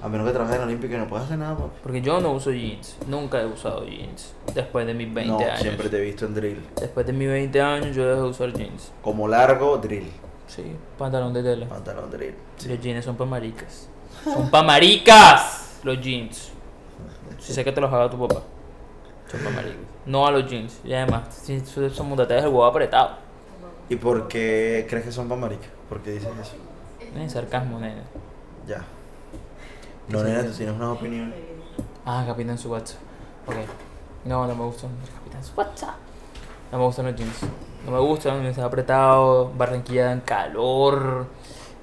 A: A menos que trabajes en el Olímpico y no puedes hacer nada, pues. papi.
B: Porque yo no uso jeans. Nunca he usado jeans. Después de mis 20
A: No,
B: años.
A: siempre te he visto en drill.
B: Después de mis 20 años yo dejé de usar jeans.
A: Como largo, drill.
B: Sí, pantalón de tela.
A: Pantalón drill.
B: Los jeans son pa' maricas. Son pa' maricas los jeans. Si sé que te los haga tu papá. Son pa' maricas. No a los jeans. Y además, si si son mundateas el huevo apretado.
A: ¿Y por qué crees que son pa' marica? ¿Por qué dices eso?
B: Es sarcasmo, nena.
A: Ya. No, nena, tú tienes unas opiniones.
C: Eh,
B: Ah, Capitán su WhatsApp. Ok. No, no me gustan los Capitán su WhatsApp. No me gustan los jeans. No me gustan, me está apretado. Barranquilla en calor.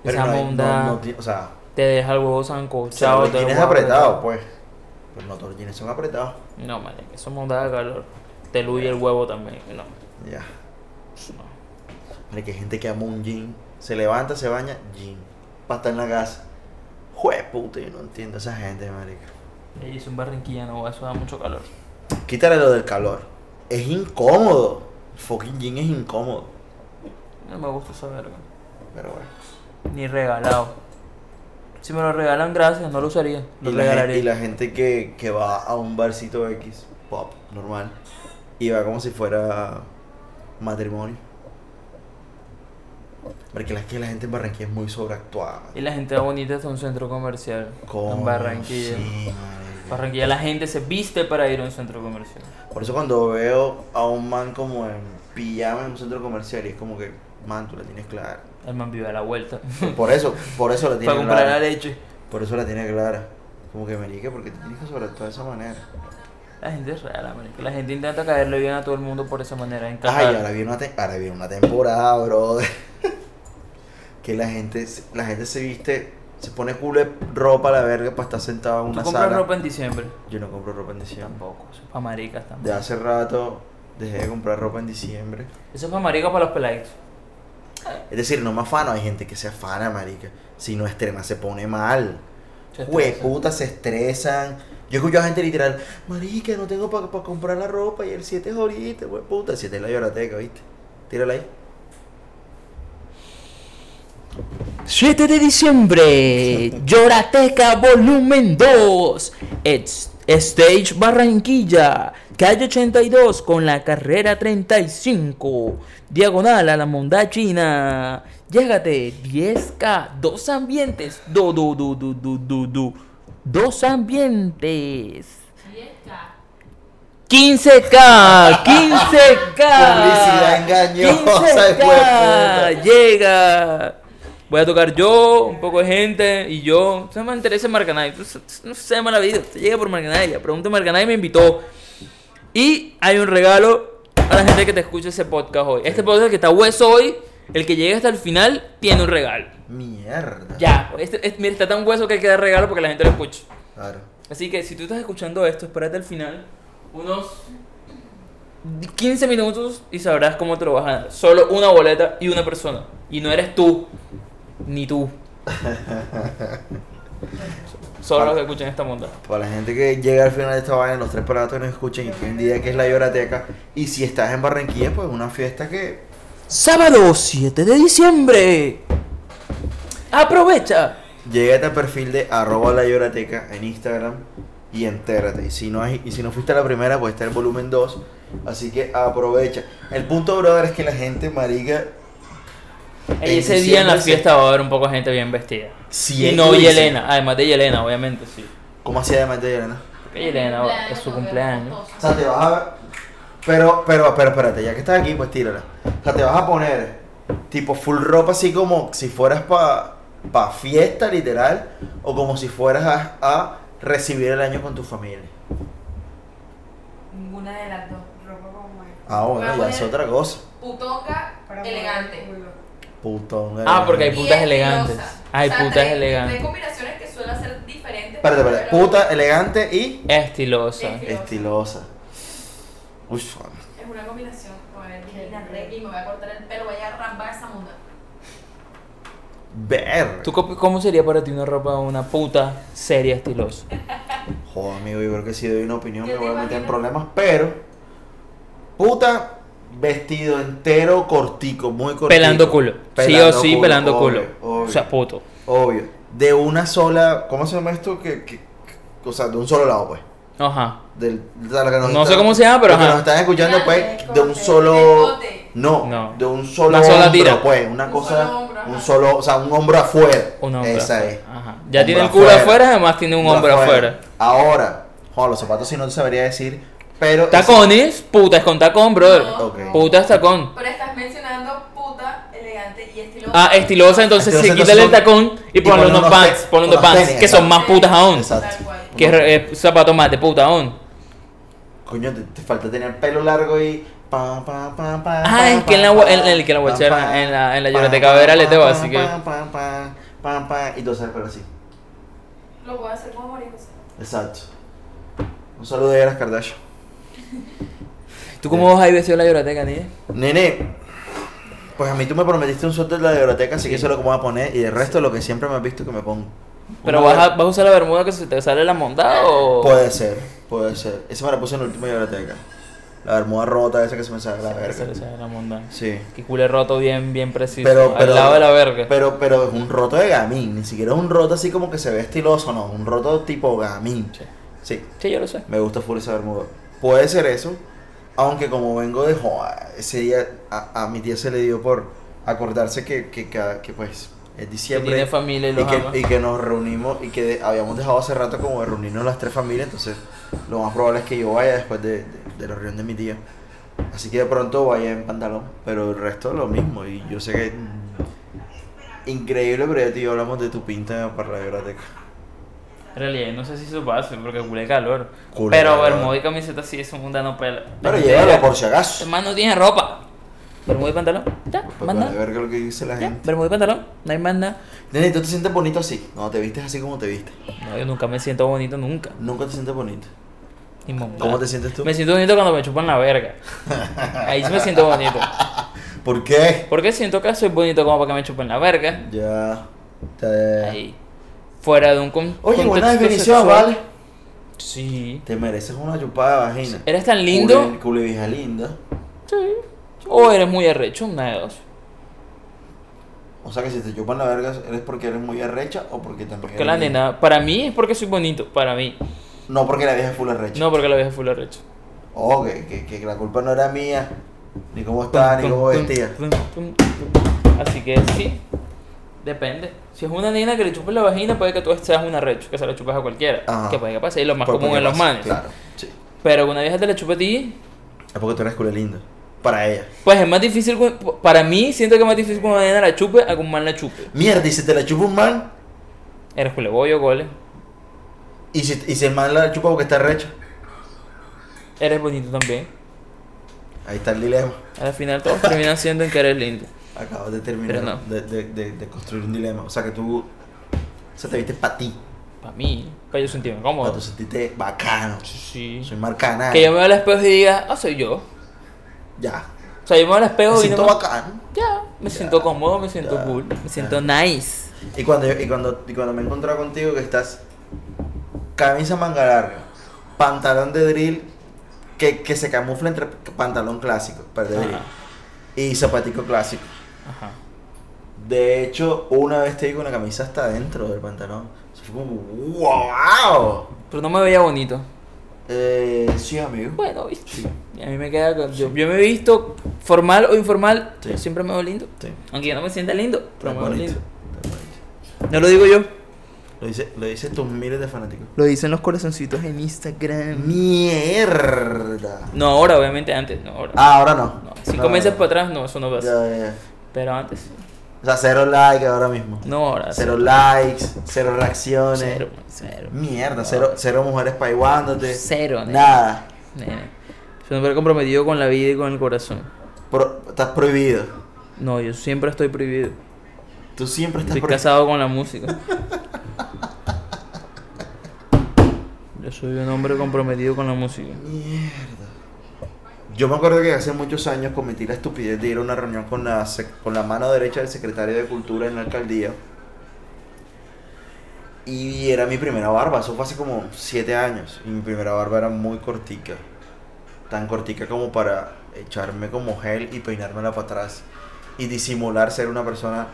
A: Pero
B: Esa
A: no, hay-
B: monda.
A: no- no ti- o sea,
B: Te deja el huevo
A: Chao,
B: sancochado.
A: los
B: te deja el
A: jeans
B: huevo
A: apretados, pues. Pero no todos los jeans son apretados.
B: No, madre, que son mondas de calor. Te luye el huevo también. No.
A: Ya.
B: no.
A: Mira que hay gente que ama un jean. Se levanta, se baña, jean. Para estar en la casa. Jue puta, yo no entiendo a esa gente, marica.
B: Ey, es un barranquillano, eso da mucho calor.
A: Quítale lo del calor. Es incómodo. Fucking jean es incómodo.
B: No me gusta esa verga.
A: Pero bueno.
B: Ni regalado. Si me lo regalan, gracias, no lo usaría. Lo
A: Y la, gen- y
B: regalaría.
A: la gente que, que va a un barcito X, pop, normal, y va como si fuera matrimonio. Porque la, que la gente en Barranquilla es muy sobreactuada.
B: Y la gente va bonita hasta un centro comercial.
A: Coño,
B: en Barranquilla.
A: sí, marica.
B: Barranquilla la gente se viste para ir a un centro comercial.
A: Por eso cuando veo a un man como en pijama en un centro comercial y es como que, man, tú la tienes clara.
B: El man vive a la vuelta.
A: Por eso, por eso la tiene
B: para comprar la
A: clara.
B: leche.
A: Por eso la tiene clara. Como que marica, porque te tienes que sobreactuar de esa manera.
B: La gente es rara, marico. La gente intenta caerle bien a todo el mundo por esa manera. En
A: Ay,
B: Qatar.
A: ahora viene una, te- ahora viene una temporada, brother. que la gente, se- la gente se viste, se pone culo de ropa a la verga para estar sentado en
B: ¿Tú
A: una
B: compras
A: sala.
B: ropa en diciembre?
A: Yo no compro ropa en diciembre.
B: Tampoco. Eso es para maricas
A: De
B: también.
A: hace rato dejé de comprar ropa en diciembre.
B: Eso es para maricas para los peladitos.
A: Es decir, no me afano, hay gente que se afana, marica. Si no estrena, se pone mal.
B: Se estresa.
A: Hueputa, se estresan. Yo escucho a gente literal, marica, no tengo para comprar la ropa y el 7 es ahorita, hueputa. El 7 es la llorateca, ¿viste? Tírala ahí.
B: 7 de diciembre, Llorateca Volumen 2, Ex- Stage Barranquilla, calle 82 con la carrera 35, diagonal a la monda china. Llégate, 10K, dos ambientes, do, do, do, do, do, do, do, dos ambientes.
C: 10K.
B: 15K, 15K.
A: Publicidad engañosa, hijueputa.
B: Llega. Voy a tocar yo, un poco de gente y yo. No me interesa Marcanay. No sé mala vida. Usted llega por Marcanay. La pregunta Marcanay me invitó. Y hay un regalo a la gente que te escucha ese podcast hoy. Este podcast que está hueso hoy, el que llegue hasta el final tiene un regalo.
A: Mierda.
B: Ya, este, este- mira, está tan hueso que hay que dar regalo porque la gente lo escucha.
A: Claro.
B: Así que si tú estás escuchando esto, espérate al final unos 15 minutos y sabrás cómo te lo vas a ganar. Solo una boleta y una persona. Y no eres tú, ni tú. Solo los que escuchan esta monda.
A: Para la gente que llega al final de esta vaina, los tres paratos que nos escuchen y que un día que es la llorateca. Y si estás en Barranquilla, pues una fiesta que.
B: Sábado 7 de diciembre. Aprovecha.
A: Llega al perfil de arroba la llorateca en Instagram y entérate. Y si no, hay- y si no fuiste a la primera, pues está el volumen 2. Así que aprovecha. El punto, brother, es que la gente, marica.
B: Ey,
A: en
B: ese día en la
A: diciembre se-
B: fiesta va a haber un poco de gente bien vestida.
A: Si
B: y
A: es
B: no
A: que dice-
B: Yelena, además de Yelena, obviamente, sí.
A: ¿Cómo hacía además de Yelena?
B: Porque Yelena va- es su cumpleaños.
A: O sea, te vas a. Pero, pero, pero, espérate, ya que estás aquí, pues tírala. O sea, te vas a poner tipo full ropa así como si fueras pa, pa fiesta, literal, o como si fueras a, a recibir el año con tu familia.
C: Ninguna de las dos. Ropa como es.
A: Ah, bueno,
C: Voy
A: ya
C: a
A: es
C: poner
A: otra cosa.
C: Putonga
D: Para
C: elegante.
D: poder-
A: Putón.
B: Ah,
A: eh.
B: porque hay
C: Bien
B: putas elegantes.
C: filosa.
B: Ay,
C: O sea,
B: puta es
C: tres- Tres
B: elegante.
C: combinaciones que suelen ser diferentes.
A: Espérate,
C: pero-
A: espérate. Puta, eh. elegante y
B: Estilosa.
C: Estilosa.
A: estilosa. Uy, suave.
C: Es una combinación. Me voy a ver Divina Reggae y me voy a cortar el pelo. Voy a rambar esa muda.
A: Ver.
B: ¿Tú cómo cómo sería para ti una ropa de una puta seria estilosa?
A: Joder, amigo, yo creo que si doy una opinión
C: Yo
A: me
C: te
A: voy a meter en
C: imagino.
A: problemas, pero. Puta, vestido entero, cortico, muy cortico.
B: Pelando culo. sí o sí, pelando
A: obvio,
B: culo.
A: Obvio,
B: O sea, puto.
A: obvio. De una sola. ¿Cómo se llama esto? Que, que- que- o sea, de un solo lado, pues.
B: Ajá.
A: Del, de la que nos
B: No sé
A: está-
B: cómo se llama, pero
A: los que
B: ajá.
A: nos están escuchando,
C: Grande,
A: pues, de un
C: corte,
A: solo.
C: escote.
A: No,
B: No.
A: de un solo.
B: Una sola
A: hombro,
B: tira.
A: pues, una
C: Un
A: cosa.
C: solo hombro, ajá.
A: un solo. O sea, un hombro afuera.
B: Un hombre.
A: Esa
B: afuera.
A: es.
B: Ajá. Ya
A: Hombro
B: tiene el culo
A: afuera.
B: afuera. además tiene un
A: Hombro
B: hombre afuera.
A: Ahora, Juan, los zapatos sí no te sabría decir, pero.
B: Tacones, puta es con tacón, brother.
C: No.
A: Ok.
B: Puta es tacón.
C: Pero estás mencionando puta, elegante y estilosa.
B: Ah, estilosa, entonces
A: Estilosa,
B: sí, quítale el
A: entonces son-
B: tacón y ponle unos pants,
A: te-
B: ponle unos pants,
A: tenis,
B: que son
A: exacto.
B: más putas aún.
A: Exacto.
C: Tal cual.
B: Que es, es zapato más de puta aún.
A: Coño, te, te falta tener pelo largo y. Pa, pa, pa, pa,
B: Ah, es que en la gua- en- en el que la guachera, en la- en la lloroteca
A: llorateca
B: vera le teo, así que-
A: Pa, pa, pa, pa, pa, y entonces el pelo así.
C: Lo puedo hacer como María José.
A: Exacto. Un saludo ahí a las Kardashian.
B: ¿Tú cómo vas a ir vestido a la lloroteca, niña?
A: Nene, pues a mí tú me prometiste un suéter de la biblioteca, así que eso es lo que me voy a poner. Y el resto es lo que siempre me has visto que me pongo.
B: ¿Pero
A: Una
B: vas a,
A: ver-
B: vas a usar la bermuda que se te sale la monda o...?
A: Puede ser, puede ser. Esa me la puse en la última biblioteca. La bermuda rota, esa que se me sale la
B: Se le
A: verga.
B: sale la monda.
A: Sí.
B: Que culé roto bien, bien preciso.
A: Pero, pero,
B: al lado de la verga.
A: Pero, pero es un roto de gamín. Ni siquiera es un roto así como que se ve estiloso, no. Un roto tipo gamín.
B: Sí.
A: Sí,
B: Sí, yo lo sé.
A: me gusta full esa bermuda. Puede ser eso. Aunque como vengo de joa, ese día a, a mi tía se le dio por acordarse que, que, cada- que, pues es
B: Que
A: diciembre.
B: tiene familia y
A: y
B: los ama.
A: que, y que nos reunimos y que de- habíamos dejado hace rato como de reunirnos las tres familias, entonces lo más probable es que yo vaya después de, de- de la reunión de mi tía. Así que de pronto vaya en pantalón, pero el resto lo mismo. Y yo sé que. Increíble, pero ya tú y yo hablamos de tu pinta para la biblioteca.
B: En realidad, no sé si eso pasa, porque culé calor.
A: Culo
B: pero
A: calor.
B: bermuda y camiseta sí es un mundo no pela.
A: Pero llévalo por si acaso.
B: Hermano, no tiene ropa. Bermuda y pantalón. Ya,
A: Pues
B: más
A: Para
B: nada.
A: ver lo que dice la
B: Ya,
A: gente.
B: bermuda y pantalón. No hay más nada.
A: Nene, ¿tú te sientes bonito así? No, te vistes así como te viste.
B: No, yo nunca me siento bonito, nunca.
A: Nunca te sientes bonito.
B: Ni monda.
A: ¿Cómo te sientes tú?
B: Me siento bonito cuando me chupan la verga. Ahí sí me siento bonito.
A: ¿Por qué?
B: Porque siento que soy bonito como para que me chupen la verga.
A: Ya. te-
B: Ahí. Fuera de un con
A: Oye, buena
B: contexto
A: definición,
B: sexual.
A: ¿vale?
B: Sí.
A: Te mereces una chupada de vagina.
B: ¿Eres tan lindo?
A: Cule- culevija linda.
B: Sí. O eres muy arrecho, una de dos.
A: O sea que si te chupan la verga, ¿eres porque eres muy arrecha o porque también
B: Porque
A: eres
B: la
A: linda?
B: nena, para mí es porque soy bonito, para mí.
A: No, porque la vieja es full arrecha.
B: No porque la vieja fue la arrecho.
A: Oh, que, que, que la culpa no era mía. Ni cómo estaba, ni
B: Tum,
A: cómo
B: tum,
A: vestía.
B: tum, tum, tum. Así que sí, depende. Si es una nena que le chupes la vagina, puede que tú seas un arrecho, que se la chupes a cualquiera.
A: Ajá.
B: Que puede que pase, es lo más
A: Por-
B: común
A: porque
B: en los
A: pasa,
B: manes.
A: Claro, sí.
B: Pero que una vieja te la chupe a ti,
A: Es porque tú eres culo lindo. Para ella.
B: pues es más difícil. cu- Para mí, siento que es más difícil cuando una nena la chupe a que un man la chupe.
A: Mierda, y si te la chupa un man,
B: Eres culeboyo, gole.
A: y si, y si el man la chupa porque está arrecha.
B: Eres bonito también.
A: Ahí está el dilema.
B: Al final, todos terminan siendo en que eres lindo.
A: Acabas de terminar
B: Pero no.
A: de, de, de, de construir un dilema. O sea que tú. O sea, te viste para ti.
B: Para mí, para yo sentirme
A: Para
B: cómodo.
A: Ah, tú sentiste bacano.
B: Sí.
A: Soy marcana.
B: Que yo me vea al espejo y diga, ah, soy yo.
A: Ya.
B: O sea, yo me veo al espejo
A: Me
B: y no
A: siento
B: me-
A: bacán.
B: Ya, me siento cómodo, me siento
A: ya,
B: cool, me siento
A: ya.
B: nice.
A: Y cuando, yo- y, cuando, y cuando me he encontrado contigo que estás camisa manga larga, pantalón de drill que, que se camufla entre pantalón clásico, pero de drill,
B: Ajá.
A: y zapatico clásico.
B: Ajá.
A: De hecho, una vez te vi con la camisa hasta adentro del pantalón. Eso fue como, wow.
B: Pero no me veía bonito.
A: Eh, sí, amigo.
B: Bueno, viste.
A: Sí.
B: A mí me queda. con- Yo, yo me he visto formal o informal,
A: Sí.
B: yo siempre me veo lindo.
A: Sí.
B: Aunque yo no me sienta lindo,
A: Tan
B: pero me veo
A: bonito.
B: lindo.
A: tan bonito.
B: No lo digo yo.
A: Lo dice, lo dice tus miles de fanáticos.
B: Lo dicen los corazoncitos en Instagram.
A: Mierda.
B: No ahora, obviamente antes, no ahora.
A: Ah, ahora no.
B: No, cinco
A: No, no,
B: meses
A: no.
B: para atrás, no, eso no pasa.
A: Ya, ya, ya.
B: Pero antes, sí.
A: O sea, cero like ahora mismo.
B: no ahora.
A: Cero likes, cero reacciones.
B: Ah, Cero, cero.
A: Mierda, cero, cero mujeres paiguándote.
B: Cero, nene.
A: Nada.
B: Nene. Soy un hombre comprometido con la vida y con el corazón.
A: Pro- estás prohibido.
B: No, yo siempre estoy prohibido.
A: Tú siempre estás
B: Estoy
A: por-
B: casado con la música. Yo soy un hombre comprometido con la música.
A: Mierda. Yo me acuerdo que hace muchos años cometí la estupidez de ir a una reunión con la, sec- con la mano derecha del secretario de Cultura en la alcaldía. Y era mi primera barba, eso fue hace como 7 años. Y mi primera barba era muy cortica. Tan cortica como para echarme como gel y peinármela para atrás. Y disimular ser una persona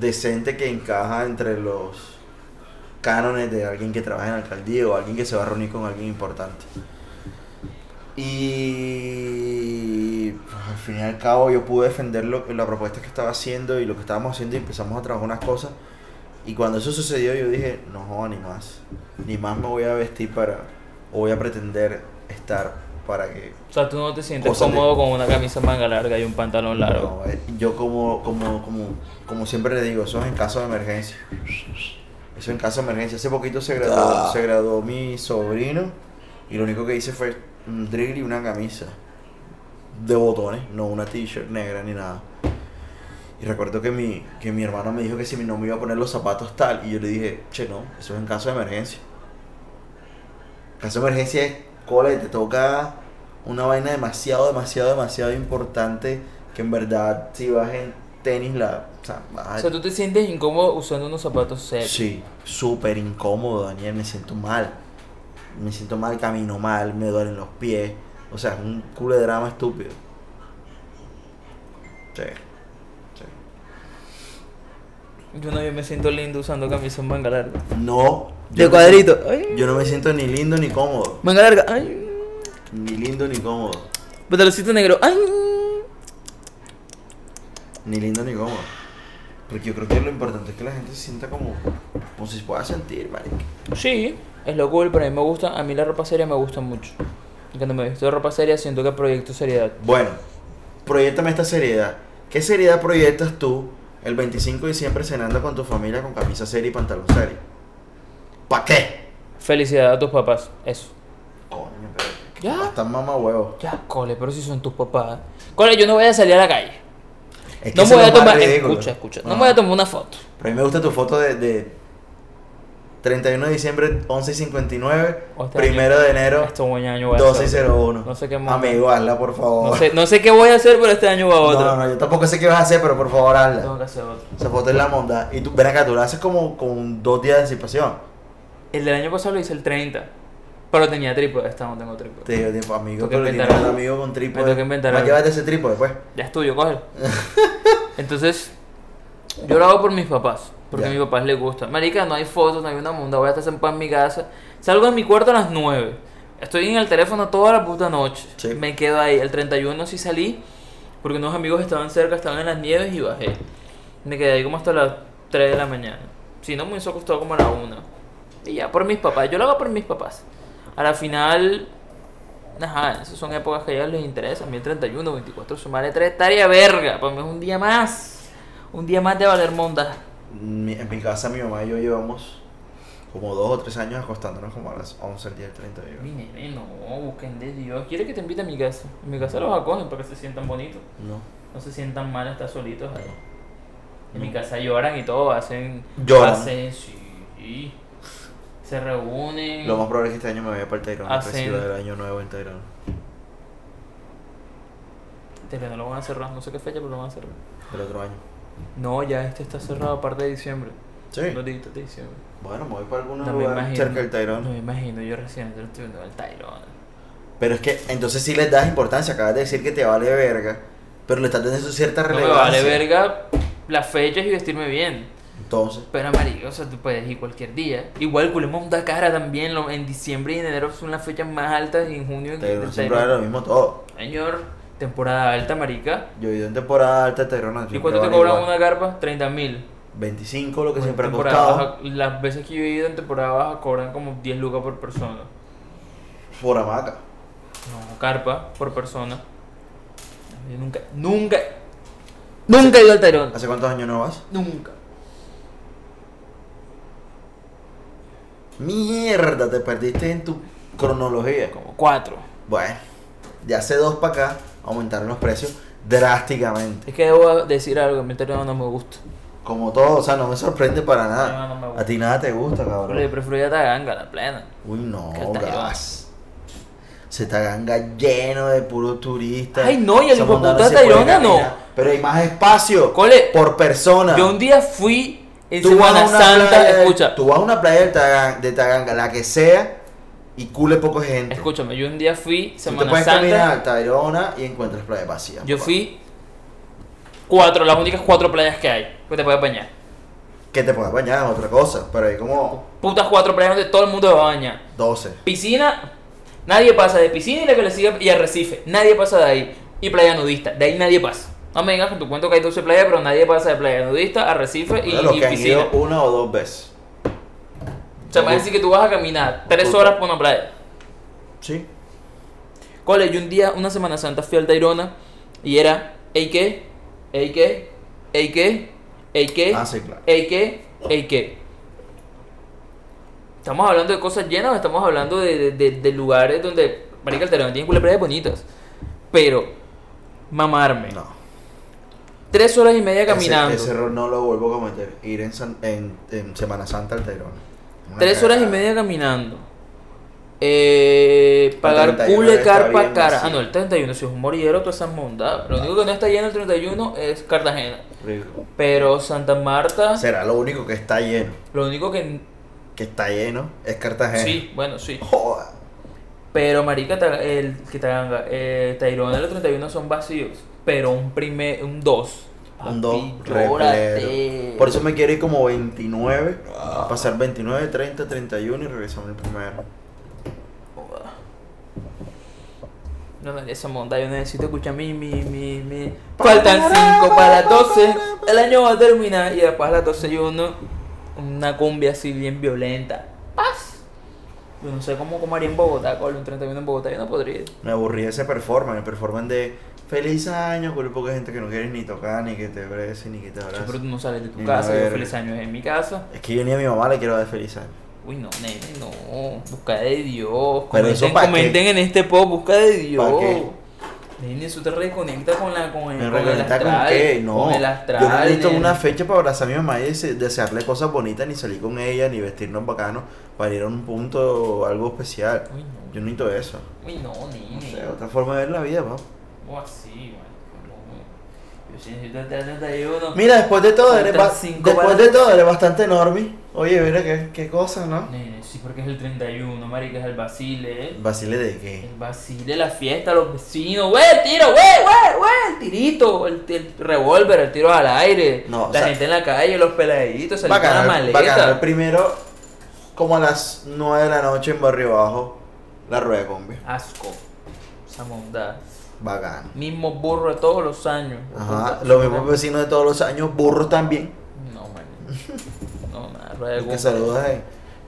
A: decente que encaja entre los cánones de alguien que trabaja en la alcaldía o alguien que se va a reunir con alguien importante. Y pues, al fin y al cabo yo pude defender lo, la propuesta que estaba haciendo y lo que estábamos haciendo y empezamos a trabajar unas cosas. Y cuando eso sucedió yo dije, no joda, ni más. Ni más me voy a vestir para, o voy a pretender estar para que...
B: O sea, tú no te sientes
A: Cosas de-
B: cómodo con una camisa manga larga y un pantalón largo.
A: No, eh, yo como, como, como, como siempre le digo, eso es en caso de emergencia. Eso en caso de emergencia. Hace poquito se graduó,
B: Ah.
A: se graduó mi sobrino y lo único que hice fue un drill y una camisa de botones, no una t-shirt negra ni nada. Y recuerdo que mi, que mi hermano me dijo que si no me iba a poner los zapatos tal y yo le dije, che no, eso es en caso de emergencia. Caso de emergencia es, cole, te toca una vaina demasiado, demasiado, demasiado importante que en verdad si vas en tenis la... O sea, vas a-
B: O sea, tú te sientes incómodo usando unos zapatos secos.
A: Sí, súper incómodo, Daniel. Me siento mal. Me siento mal, camino mal, me duelen los pies. O sea, es un culo de drama estúpido. Sí. sí.
B: Yo no, yo me siento lindo usando camisa manga larga.
A: No.
B: De
A: yo no
B: cuadrito.
A: me-
B: Ay.
A: Yo no me siento ni lindo ni cómodo.
B: Manga larga. Ay.
A: Ni lindo ni cómodo.
B: Pantaloncito negro. Ay.
A: Ni lindo ni cómodo. Porque yo creo que lo importante es que la gente se sienta como, como si se pueda sentir, marica.
B: Sí, es lo cool, pero a mí me gusta, a mí la ropa seria me gusta mucho. Y cuando me visto de ropa seria siento que proyecto seriedad.
A: Bueno, proyectame esta seriedad. ¿Qué seriedad proyectas tú el 25 de diciembre cenando con tu familia con camisa seria y pantalón serio? ¿Para qué?
B: Felicidad a tus papás, eso.
A: Coño, pero que
B: Ya.
A: papás tan mamá huevo.
B: Ya, cole, pero si son tus papás. Cole, yo no voy a salir a la calle.
A: Es que
B: no
A: eso
B: me
A: es
B: voy a
A: lo más
B: tomar.
A: ridículo. Ah.
B: Escucha, escucha. No me voy a tomar una foto.
A: Pero a mí me gusta tu foto de, de 31 de diciembre, 11 y 59,
B: O este
A: primero de enero,
B: Este buen año voy a
A: 12 y
B: hacer.
A: 01.
B: No sé qué más.
A: Amigo, hazla, por favor.
B: No sé, no sé qué voy a hacer, pero este año va a otro.
A: No, no, yo tampoco sé qué vas a hacer, pero por favor hazla.
B: Tengo que hacer otro.
A: Esa foto es la monda. Y tú, ven acá, tú la haces como con dos días de anticipación.
B: El del año pasado lo hice el 30. Pero tenía trípode, esta no tengo trípode.
A: Te digo, tipo, amigo,
B: Tengo que
A: pero tienes
B: inventar
A: un
B: algo.
A: amigo con trípode.
B: Me tengo que inventar
A: Va,
B: algo.
A: llévate ese trípode, pues.
B: Ya es tuyo, cógelo. Entonces, yo lo hago por mis papás. Porque
A: Ya.
B: a mis papás les gusta. Marica, no hay fotos, no hay una munda. Voy a estar sentado en mi casa. Salgo de mi cuarto a las 9. Estoy en el teléfono toda la puta noche.
A: Sí.
B: Me quedo ahí. El 31 sí salí. Porque unos amigos estaban cerca, estaban en las nieves y bajé. Me quedé ahí como hasta las 3 de la mañana. Si no, me hizo acostado como a la 1. Y ya, por mis papás. Yo lo hago por mis papás. A la final, Ajá, esas son épocas que a ellos les interesa. A mí el 31, 24, sumarle 3 hectáreas, verga. Para mí es un día más. Un día más de valer monda.
A: Mi- en mi casa, mi mamá y yo llevamos como dos o tres años acostándonos como a las 11 el día del 31.
B: Mi nene, no, busquen de Dios. Quiere que te invite a mi casa. En mi casa los acogen para que se sientan bonitos.
A: No.
B: No se sientan mal estar solitos ahí. En mi casa lloran y todo, hacen.
A: Lloran.
B: Hacen, sí. Se reúnen.
A: Lo más probable es que este año me vaya para el Tairón.
B: Hacen-
A: Recibo del año nuevo en Tairón.
B: Te que no lo van a cerrar, no sé qué fecha, pero lo van a cerrar.
A: El otro año.
B: No, ya este está cerrado aparte de diciembre.
A: Sí.
B: No de diciembre.
A: Bueno, me voy para algún
B: No me
A: lugar
B: imagino.
A: cerca del Tairón.
B: No me imagino yo recién estoy viendo el Tyrone.
A: Pero es que entonces sí les das importancia. Acabas de decir que te vale verga. Pero le estás dando su cierta
B: No me
A: relevancia.
B: vale verga las fechas y vestirme bien.
A: Entonces,
B: Pero marico, o sea, tú puedes ir cualquier día. Igual culemos da cara también. lo- en diciembre y en enero son las fechas más altas y en junio en
A: Tairón
B: en-
A: siempre vale lo mismo todo.
B: Señor, temporada alta, marica.
A: Yo he ido en temporada alta de Tairón.
B: ¿Y
A: siempre
B: cuánto te
A: vale
B: cobran
A: igual.
B: una carpa? 30 mil.
A: 25, lo que siempre ha
B: temporada
A: costado.
B: baja, las veces que yo he ido en temporada baja cobran como 10 lucas por persona.
A: Por hamaca.
B: No, carpa por persona. Yo nunca, nunca, nunca he ido al Tyrone.
A: ¿Hace cuántos años no vas?
B: Nunca.
A: Mierda, te perdiste en tu cronología.
B: Como cuatro.
A: Bueno, de hace dos para acá aumentaron los precios drásticamente.
B: Es que debo decir algo, a mí el Tyrone no me gusta.
A: Como todo, o sea, no me sorprende para
D: No,
A: nada.
D: no me
B: Ah.
D: gusta.
A: Ah, A ti nada te gusta, cabrón.
B: Pero yo prefiero ir a Taganga, la plena.
A: Uy, no,
B: Que el Taganga.
A: gas. Se Taganga lleno de puros turistas.
B: Ay, no, y el
A: Esa
B: hijo de
A: monda
B: puta
A: se puede
B: Taganga no.
A: caminar. Pero hay más espacio
B: Cole,
A: por persona.
B: yo un día fui en
A: Ah. Tú vas a
B: Semana
A: una
B: Santa,
A: playa-
B: escucha,
A: Tú vas a una playa de Taganga, de Taganga, la que sea, y cule poco gente.
B: escúchame, yo un día fui
A: Tú te
B: Semana
A: puedes
B: Santa.
A: caminar a Tayrona y encuentras playas vacías.
B: Yo
A: papá.
B: fui cuatro, las únicas cuatro playas que hay, que te puedes bañar.
A: Que te puedes bañar es otra cosa, pero hay como
B: Putas cuatro playas donde todo el mundo va a bañar.
A: 12.
B: Piscina, nadie pasa de piscina y la que le sigue y arrecife, nadie pasa de ahí. Y playa nudista, de ahí nadie pasa. No me digas que tu cuento que hay 12 playas, pero nadie pasa de playa nudista, arrecife y,
A: Claro,
B: y
A: que han
B: piscina.
A: ido uh, una o dos veces.
B: O sea, parece que tú vas a caminar
A: uh,
B: tres horas por una playa.
A: Sí.
B: Cole, yo un día, una Semana Santa, fui al Tayrona y era, ¿ey qué? ¿ey qué? ¿ey qué? ¿ey qué?
A: Ah, sí, claro.
B: ¿ey qué? ¿ey qué? ¿Estamos hablando de cosas llenas o estamos hablando de, de- de- de lugares donde, marica, el Tayrona tiene culo de playas bonitas? Pero, mamarme.
A: No.
B: Tres horas y media
A: Ese-
B: caminando.
A: Ese, error no lo vuelvo a cometer. Ir en, San- en, en Semana Santa al Tayrona. Una
B: Tres horas y
A: cagada.
B: media caminando. Eh, pagar
A: 31
B: cule
A: está
B: carpa
A: bien
B: cara.
A: vacío.
B: Ah, no, el 31 si es un morillero, todas esas mondadas. Lo único que no está lleno el 31 es Cartagena.
A: Rico.
B: Pero Santa Marta,
A: Será lo único que está lleno.
B: lo único que.
A: Que está lleno es Cartagena.
B: Sí, bueno, sí.
A: Joda.
B: Pero Marica, Ta- el que Taganga, eh, Tayrona y el 31 son vacíos. Pero un primer, un 2.
A: Un dos
B: Llórate.
A: replero. Por eso me quiere ir como 29. Pasar 29, 30, 31 y regresamos el primero.
B: No, no, esa monda, yo necesito escuchar mi, mi, mi, mi. Faltan 5 para las 12. El año va a terminar y después a las 12 y uno. Una cumbia así bien violenta. ¡Paz! Yo no sé cómo, cómo haría en Bogotá, con un 31 en Bogotá, yo no podría.
A: Me aburrí ese performance, el performance de feliz año, con poca gente que no quieres ni tocar, ni que te abrace, ni que te
B: Yo, pero
A: abrace.
B: tú no sales de tu
A: Ni
B: casa, yo
A: verga.
B: feliz año en mi casa.
A: Es que yo ni a mi mamá le quiero dar feliz año.
B: Uy, no, nene, no. Busca de Dios.
A: Pero eso
B: Comenten,
A: pa' qué.
B: comenten en este pop, busca de Dios.
A: ¿Pa' qué?
B: Nene, eso te reconecta con la con el,
A: ¿Me
B: con el
A: reconecta con
B: astral,
A: qué? No.
B: con el astral, eh.
A: yo no necesito
B: nene.
A: una fecha para abrazar a mi mamá y dese- desearle cosas bonitas, ni salir con ella, ni vestirnos bacanos para ir a un punto o algo especial.
B: Uy, no.
A: Yo no necesito eso.
B: Uy, no, nene. Oh,
A: No sé, otra forma de ver la vida, papá.
B: O así, man. Yo sí necesito el 31.
A: Mira, después de todo,
B: Son
A: eres,
B: tres,
A: ba-
B: cinco
A: después
B: balas.
A: de todo, eres bastante enorme. Oye, mira qué, qué cosa, ¿no?
B: Nene, sí, porque es el 31, marica, es el vacile, ¿eh?
A: Basile de qué.
B: El vacile, la fiesta, los vecinos, güey, el tiro, güey, güey, güey, el tirito, el, el revólver, el tiro al aire,
A: No,
B: la
A: o sea,
B: gente en la calle, los peladitos, salir con la
A: Bacanal,
B: maleta.
A: bacanal primero, como a las 9 de la noche en Barrio Bajo, la rueda de combi.
B: Asco, esa bondad.
A: Bacano.
B: Mismo burro de todos los años.
A: Ajá, pues.
B: Puta,
A: los
B: ¿no?
A: mismos vecinos de todos los años, burros también.
B: No, man. No, nada, rueda de
A: Que
B: cumbia.
A: saludas en,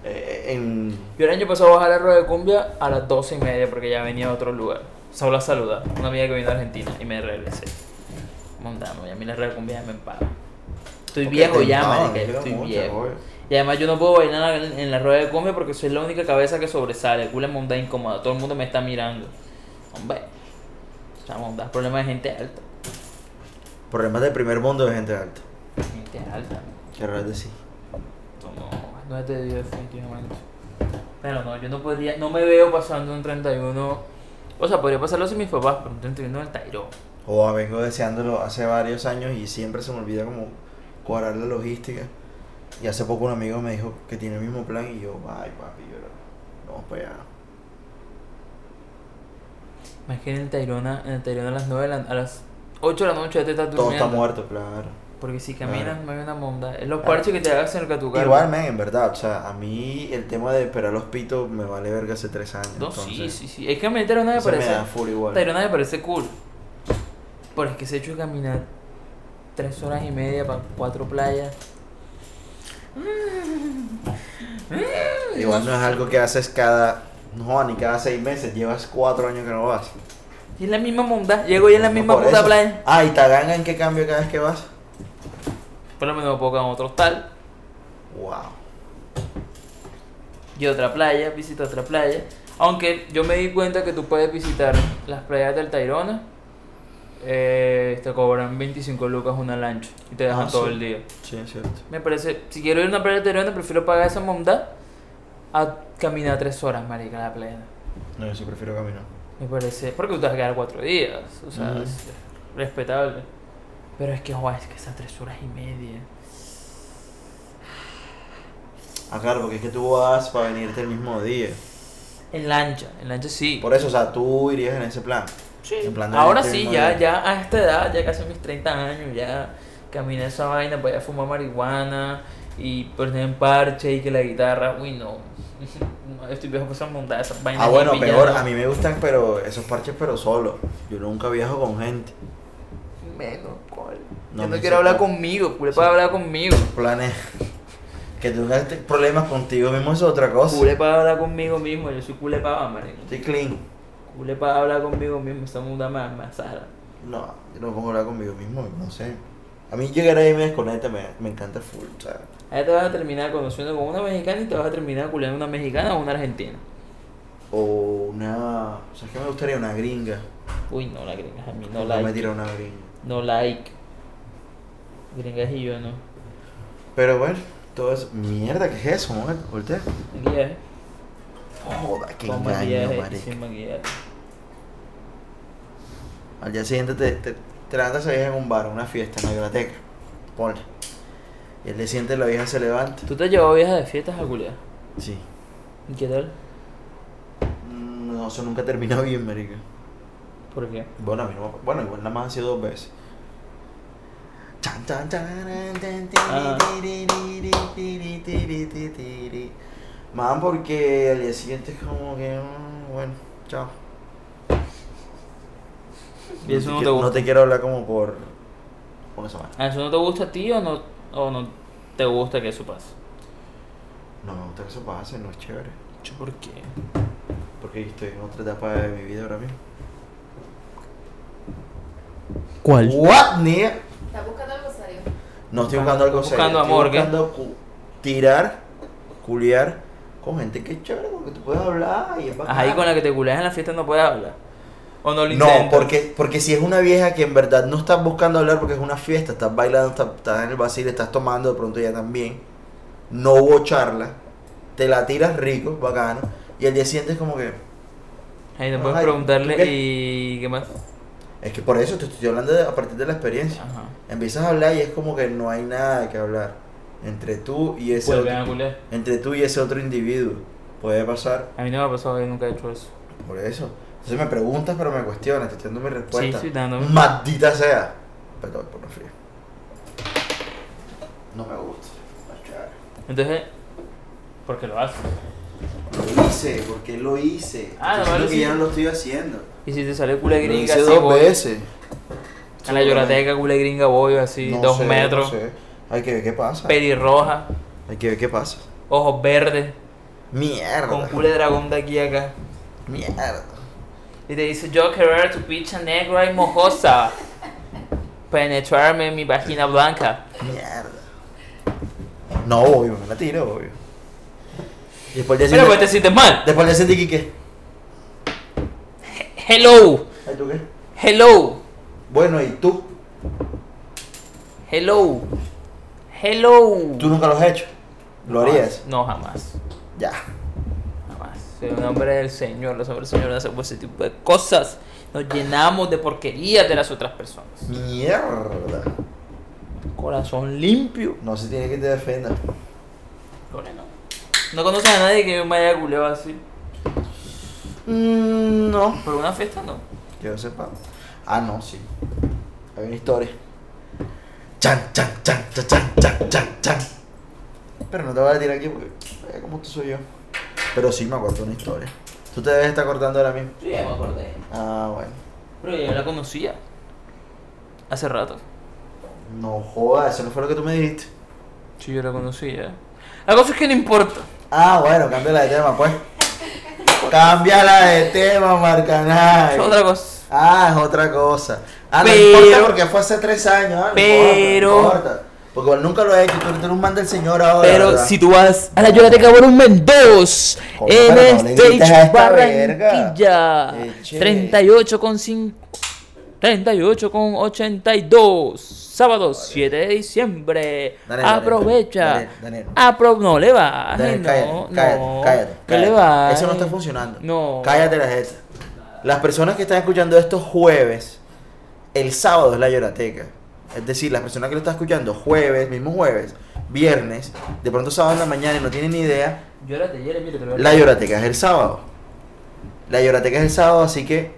A: eh, en-
B: Yo el año pasado bajé a la rueda de cumbia a las 12 y media porque ya venía a otro lugar. Solo a saludar. Una amiga que vino a Argentina y me regresé. Mondamos, ya a mí la rueda de cumbia ya me empala. Estoy
A: porque
B: viejo
A: te
B: ya,
A: empaban,
B: marica,
A: llega
B: estoy
A: mucho,
B: viejo.
A: obvio.
B: Y además yo no puedo bailar en, en la rueda de cumbia porque soy la única cabeza que sobresale. El culo es monda incómoda, todo el mundo me está mirando. Hombre, o sea, mondá es problema de gente alta.
A: Problemas del primer mundo de gente alta.
B: Gente alta.
A: Quiero decir.
B: No, no es de Dios definitivamente. Pero no, yo no podría, no me veo pasando un 31. O sea, podría pasarlo sin mis papás, pero un 31 del Tairo.
A: O vengo deseándolo hace varios años y siempre se me olvida como cuadrar la logística. Y hace poco un amigo me dijo que tiene el mismo plan y yo, ay papi, yo no- vamos para allá.
B: Más que en el Tairona, en el Tayrona a las 9 de la, a las 8 de la noche ya te estás
A: Todo
B: durmiendo.
A: está muerto, claro.
B: Porque si caminas
A: Claro.
B: no hay una monda. Es los
A: Claro.
B: parches que te hagas cerca a tu casa.
A: Igual, men, en verdad, o sea, a mí el tema de esperar los pitos me vale verga hace tres años.
B: No,
A: entonces,
B: sí, sí, sí. Es que a mí el Tayrona me
A: eso me
B: parece.
A: da full igual.
B: Tayrona me parece cool. Pero es que se ha hecho de caminar 3 horas y media para cuatro playas.
A: Igual no es algo que haces cada, no, ni cada seis meses, llevas cuatro años que no vas.
B: Y es la misma monda. Llego y es la
A: No,
B: misma
A: por
B: puta
A: eso.
B: playa.
A: Ah, ¿y Taganga en qué cambio cada vez que vas?
B: Por lo menos me puedo quedar en otro hostal.
A: Wow.
B: y otra playa, visita otra playa. Aunque yo me di cuenta que tú puedes visitar las playas del Tayrona, eh, pues te cobran 25 lucas una lancha y te dejan
A: Ah,
B: todo
A: sí.
B: el día.
A: Sí, es cierto.
B: Me parece, si quiero ir a una playa eteriana, prefiero pagar esa mondad a caminar tres horas, marica, a la playa.
A: No, yo sí prefiero caminar.
B: Me parece, porque tú te vas a quedar cuatro días, o sea,
A: Ujú.
B: es respetable. Pero es que, joder, es que esas tres horas y media.
A: Ah, claro, porque es que tú vas para venirte el mismo día.
B: En lancha, en lancha sí.
A: Por eso, o sea, tú irías en ese plan.
B: Sí.
A: en plan de
B: Ahora
A: venirte el
B: sí,
A: mismo
B: ya,
A: día.
B: ya a esta edad, ya casi mis 30 años, ya caminé esa vaina, voy a fumar marihuana y poner en parche y que la guitarra, uy, no. No, Estoy viejo para esas montadas, esas vainas.
A: Ah,
B: de
A: bueno,
B: villano.
A: peor. A mí me gustan pero esos parches, pero solo. Yo nunca viajo con gente.
B: Menos, col.
A: No,
B: Yo no
A: me
B: quiero
A: sé.
B: hablar conmigo, culé para hablar conmigo.
A: Planes. Que tú tengas problemas contigo mismo es otra cosa.
B: Culé para hablar conmigo mismo, yo soy culé para marico.
A: Estoy clean.
B: Culé para hablar conmigo mismo, esa muda me amasara.
A: No, yo no pongo hablar conmigo mismo, no sé. A mí llegar ahí me desconecta, me, me encanta full, ¿sabes?
B: Ahí te vas a terminar conociendo con una mexicana y te vas a terminar culeando una mexicana o una argentina.
A: O una. ¿Sabes qué me gustaría? Una gringa.
B: Uy, no, la gringa, a mí no
A: No
B: la
A: me tira una gringa.
B: No like. Gringas y yo no.
A: Pero bueno, todo es. Mierda, ¿qué es eso, mujer? Voltea.
B: Maquillaje.
A: Joda, qué
B: Con
A: engaño,
B: maquillaje y
A: marica.
B: sin maquillaje.
A: Al día siguiente te, te, te levantas a esa vieja en un bar, en una fiesta, en la biblioteca. Ponle. Y al día siguiente la vieja se levanta.
B: ¿Tú te has llevado viejas de fiestas a culiar?
A: Sí.
B: ¿Y qué tal?
A: Mm, No, eso nunca termina bien, marica.
B: ¿Por qué?
A: Bueno, a mí no me- Bueno, igual nada más ha sido dos veces. Chan, chan, chan, tin, tin,
B: Ajá.
A: tiri, tiri, tiri, tiri, tiri, tiri. Man, porque al día siguiente es como que. mm, Bueno, chao.
B: ¿Y eso
A: te
B: no te
A: quiero-
B: gusta?
A: No te quiero hablar como por. Una semana.
B: ¿A eso no te gusta a ti o no, o no te gusta que eso pase?
A: No me gusta que eso pase, no es chévere.
B: Yo, ¿por qué?
A: Porque yo estoy en otra etapa de mi vida ahora mismo.
B: ¿Cuál?
A: What, nigga?
C: ¿Estás buscando algo serio?
A: No estoy buscando algo
B: Buscando
A: serio. estoy
B: amor, ¿qué?
A: buscando cu- tirar, culiar con gente que es chévere, con que tú puedes hablar y es bacana.
B: Ahí con la que te culeas en la fiesta no puedes hablar. ¿O no lo intentas?
A: No, porque, porque si es una vieja que en verdad no estás buscando hablar porque es una fiesta, estás bailando, estás, estás en el vacío, estás tomando, de pronto ya también, no hubo charla, te la tiras rico, bacano, y al día siguiente es como que,
B: Ahí no
A: Ajá,
B: puedes
A: ¿y tú
B: preguntarle
A: qué?
B: y... ¿Qué más?
A: es que por eso te estoy hablando de- a partir de la experiencia.
B: Ajá.
A: Empiezas a hablar y es como que no hay nada de que hablar entre tú y ese
B: Vuelven a
A: otro,
B: culear.
A: entre tú y ese otro individuo. Puede pasar
B: A mí no me ha pasado, yo nunca he hecho eso.
A: por eso. Entonces me preguntas, pero me cuestionas, te estoy dando mi respuesta.
B: Sí, sí, dándome.
A: Maldita sea. Perdón por lo frío. No me gusta.
B: Entonces, ¿por qué lo haces?
A: Lo hice, porque lo hice.
B: Ah, no,
A: Estoy diciendo
B: lo
A: que ya
B: hice.
A: no lo estoy haciendo.
B: Y si te sale cule
A: lo
B: gringa,
A: hice
B: así,
A: dos
B: voy.
A: veces.
B: A la llorateca, cule gringa, voy así,
A: No
B: dos
A: sé,
B: metros,
A: no sé. Hay que ver qué pasa.
B: pelirroja,
A: Hay que ver qué pasa.
B: ojos verdes,
A: Mierda.
B: con cule dragón de aquí a acá.
A: Mierda.
B: Y te dice, yo querer tu picha negra y mojosa, penetrarme en mi vagina blanca.
A: Mierda. No, obvio, me la tiro, obvio. Y después de
B: Pero pues te sientes mal.
A: Después de sentir que qué.
B: Hello,
A: Ay, ¿tú qué?
B: hello,
A: Bueno, ¿y tú?
B: hello, hello.
A: ¿Tú nunca lo has hecho? ¿Lo harías?
B: No, jamás,
A: Ya.
B: jamás. Soy un hombre del Señor, los hombres del Señor no hacemos ese tipo de cosas. Nos llenamos de porquerías de las otras personas.
A: Mierda.
B: Corazón limpio.
A: No se tiene que te defenda.
B: Lore, no. No conoces a nadie que me haya culeado así.
A: Mmm, no.
B: Pero una fiesta no.
A: Que yo sepa. Ah, no, sí. Hay una historia. Chan, chan, chan, chan, chan, chan, chan, chan. Pero no te voy a decir aquí porque vea cómo tú soy yo. Pero sí me acuerdo de una historia. Tú te debes estar acordando ahora mismo.
B: Sí, ya me acordé.
A: Ah, bueno.
B: Pero yo la conocía. Hace rato.
A: No jodas, eso no fue lo que tú me dijiste.
B: Sí, yo la conocía. La cosa es que no importa.
A: Ah, bueno, cámbiala de tema, pues. cámbiala de tema, Marcanay.
B: Es otra cosa.
A: Ah, es otra cosa. Ah, no
B: Pero-
A: importa porque fue hace tres años. ah, no
B: Pero-
A: importa, no importa. Porque igual nunca lo he hecho. Tú eres un man del señor ahora.
B: Pero
A: ¿verdad?
B: si tú vas a la Llorateca Volumen 2
A: Coño,
B: en
A: pero no le grites a
B: Stage
A: esta verga.
B: Barranquilla
A: Eche.
B: 38 con 5 38,82. Sábado 7 de diciembre.
D: Daniel, Daniel,
B: Aprovecha.
D: Daniel, Daniel.
B: Apro- Ah, no le vas.
D: Daniel,
B: no,
D: cállate,
B: no.
D: cállate, cállate,
B: ¿Qué
D: cállate.
B: le vas?
A: Eso no está funcionando.
B: No.
D: Cállate la jeta.
A: Las personas que están escuchando esto jueves, el sábado es la llorateca. Es decir, las personas que lo están escuchando jueves, mismo jueves, viernes, de pronto sábado en la mañana y no tienen ni idea,
B: Llórate, Jeremy, te lo voy a-
A: la llorateca es el sábado. La llorateca es el sábado, así que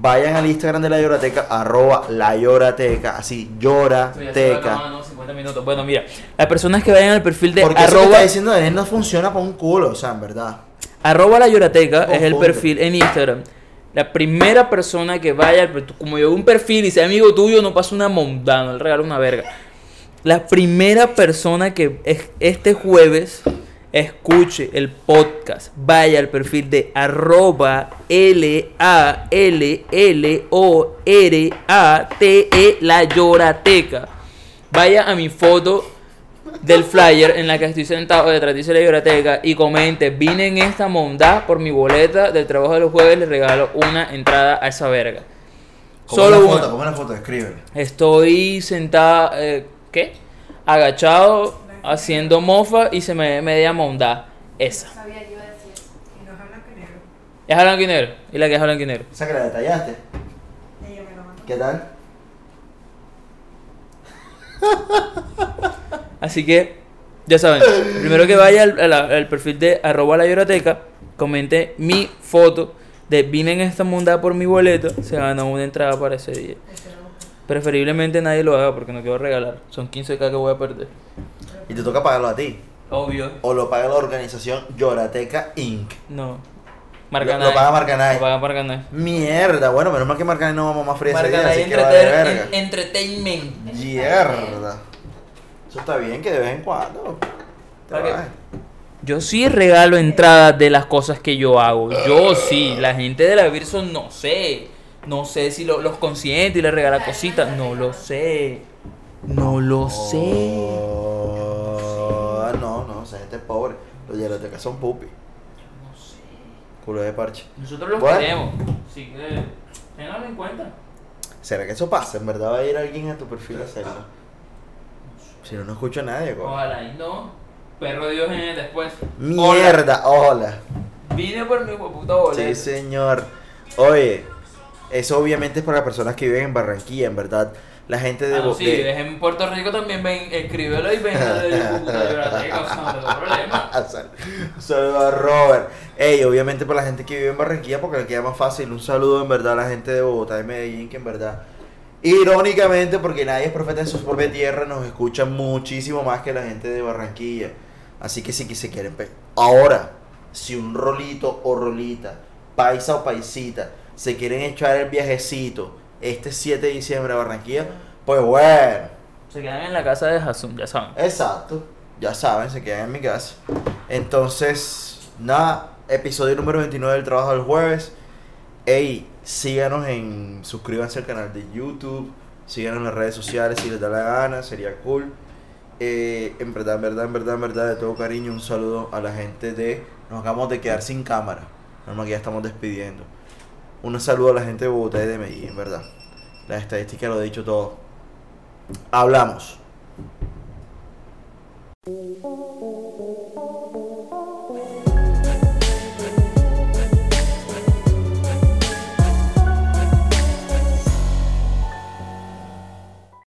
A: vayan al Instagram de la llorateca, arroba la llorateca, así,
B: Estoy haciendo la
A: llorateca.
B: cama, no, 50 minutos. Bueno, mira, las personas que vayan al perfil de
A: Porque eso que
B: arroba,
A: está diciendo Daniel no funciona para un culo, o sea, en verdad.
B: arroba la llorateca, es el
A: Confunde.
B: perfil en Instagram. La primera persona que vaya, al per- como yo veo un perfil y sea amigo tuyo, no pasa una mondana, el regalo una verga. La primera persona que es- este jueves escuche el podcast, vaya al perfil de arroba L A L L O R A T E La Llorateca. Vaya a mi foto del flyer en la que estoy sentado detrás de la Llorateca y comente, vine en esta mondá por mi boleta del trabajo de los jueves, les regalo una entrada a esa verga.
A: Como
B: Solo
A: una
B: una.
A: foto, como una foto, escríbele.
B: Estoy sentada, eh, ¿qué? Agachado, haciendo mofa y se me ve media mondá. Esa.
C: sabía que iba a decir eso.
E: Y no hablan con negro.
B: Es a blanco y negro. Y la que es a blanco y negro.
A: O sea, que la detallaste.
E: Ella me lo mandó.
A: ¿Qué tal?
B: Así que, ya saben. Primero que vaya al, a la- al perfil de arroba la lloroteca, comente mi foto de vine en esta mondá por mi boleto, se ganó una entrada para ese día. Preferiblemente nadie lo haga porque no quiero regalar. Son 15k que voy a perder.
A: Y te toca pagarlo a ti.
B: Obvio.
A: O lo paga la organización Llorateca Inc.
B: No.
A: Lo-
B: Marca
A: lo, paga Marcanay.
B: Lo paga Marcanay.
A: Mierda, bueno, menos mal que Marcanay no vamos más fría ese día,
B: Marcanay
A: así que vale verga.
B: Entreter- en- Entertainment.
A: Mierda. Eso está bien que de vez en cuando. te
B: ¿Para qué?
A: bajes.
B: Yo sí regalo entradas de las cosas que yo hago. Yo sí. La gente de la Virson no sé. No sé si lo- los consiente y les regala cositas. No lo sé. No lo sé.
A: Oh, no, no, esa gente es pobre. Los Lloratecas son pupi.
B: No sé.
A: Culo de parche.
B: Nosotros los
A: Bueno.
B: queremos. Sí que. Ténganlo en cuenta.
A: ¿Será que eso pasa? ¿En verdad va a ir alguien a tu perfil a hacerlo? Si no, no escucho a nadie, güey.
B: Ojalá y no. Perro Dios en el después. Hola.
A: Mierda, hola.
B: Vine por mi puta boleto.
A: Sí, señor. Oye, eso obviamente es para las personas que viven en Barranquilla, en verdad. La gente de...
B: Ah, no,
A: Bo-
B: sí,
A: de-
B: vives en Puerto Rico también, ven, escríbelo y ven a la biblioteca, o sea, no tengo problema.
A: Sal- Saludo a Robert. Ey, obviamente para la gente que vive en Barranquilla, porque le queda más fácil. Un saludo en verdad a la gente de Bogotá y Medellín, que en verdad, irónicamente, porque nadie es profeta en su propia tierra, nos escuchan muchísimo más que la gente de Barranquilla. Así que sí que se quieren. pe- Ahora, si un rolito o rolita, paisa o paisita, se quieren echar el viajecito este 7 de diciembre a Barranquilla, pues bueno.
B: Se quedan en la casa de Hasum, ya saben.
A: Exacto. Ya saben, se quedan en mi casa. Entonces, nada, episodio número 29 del trabajo del jueves. Ey, síganos en. Suscríbanse al canal de YouTube. Síganos en las redes sociales si les da la gana, sería cool. Eh, en verdad, en verdad, en verdad, en verdad, de todo cariño, un saludo a la gente de. Nos acabamos de quedar sin cámara. Normal que ya estamos despidiendo. Un saludo a la gente de Bogotá y de Medellín, en verdad. La estadística lo ha dicho todo. Hablamos.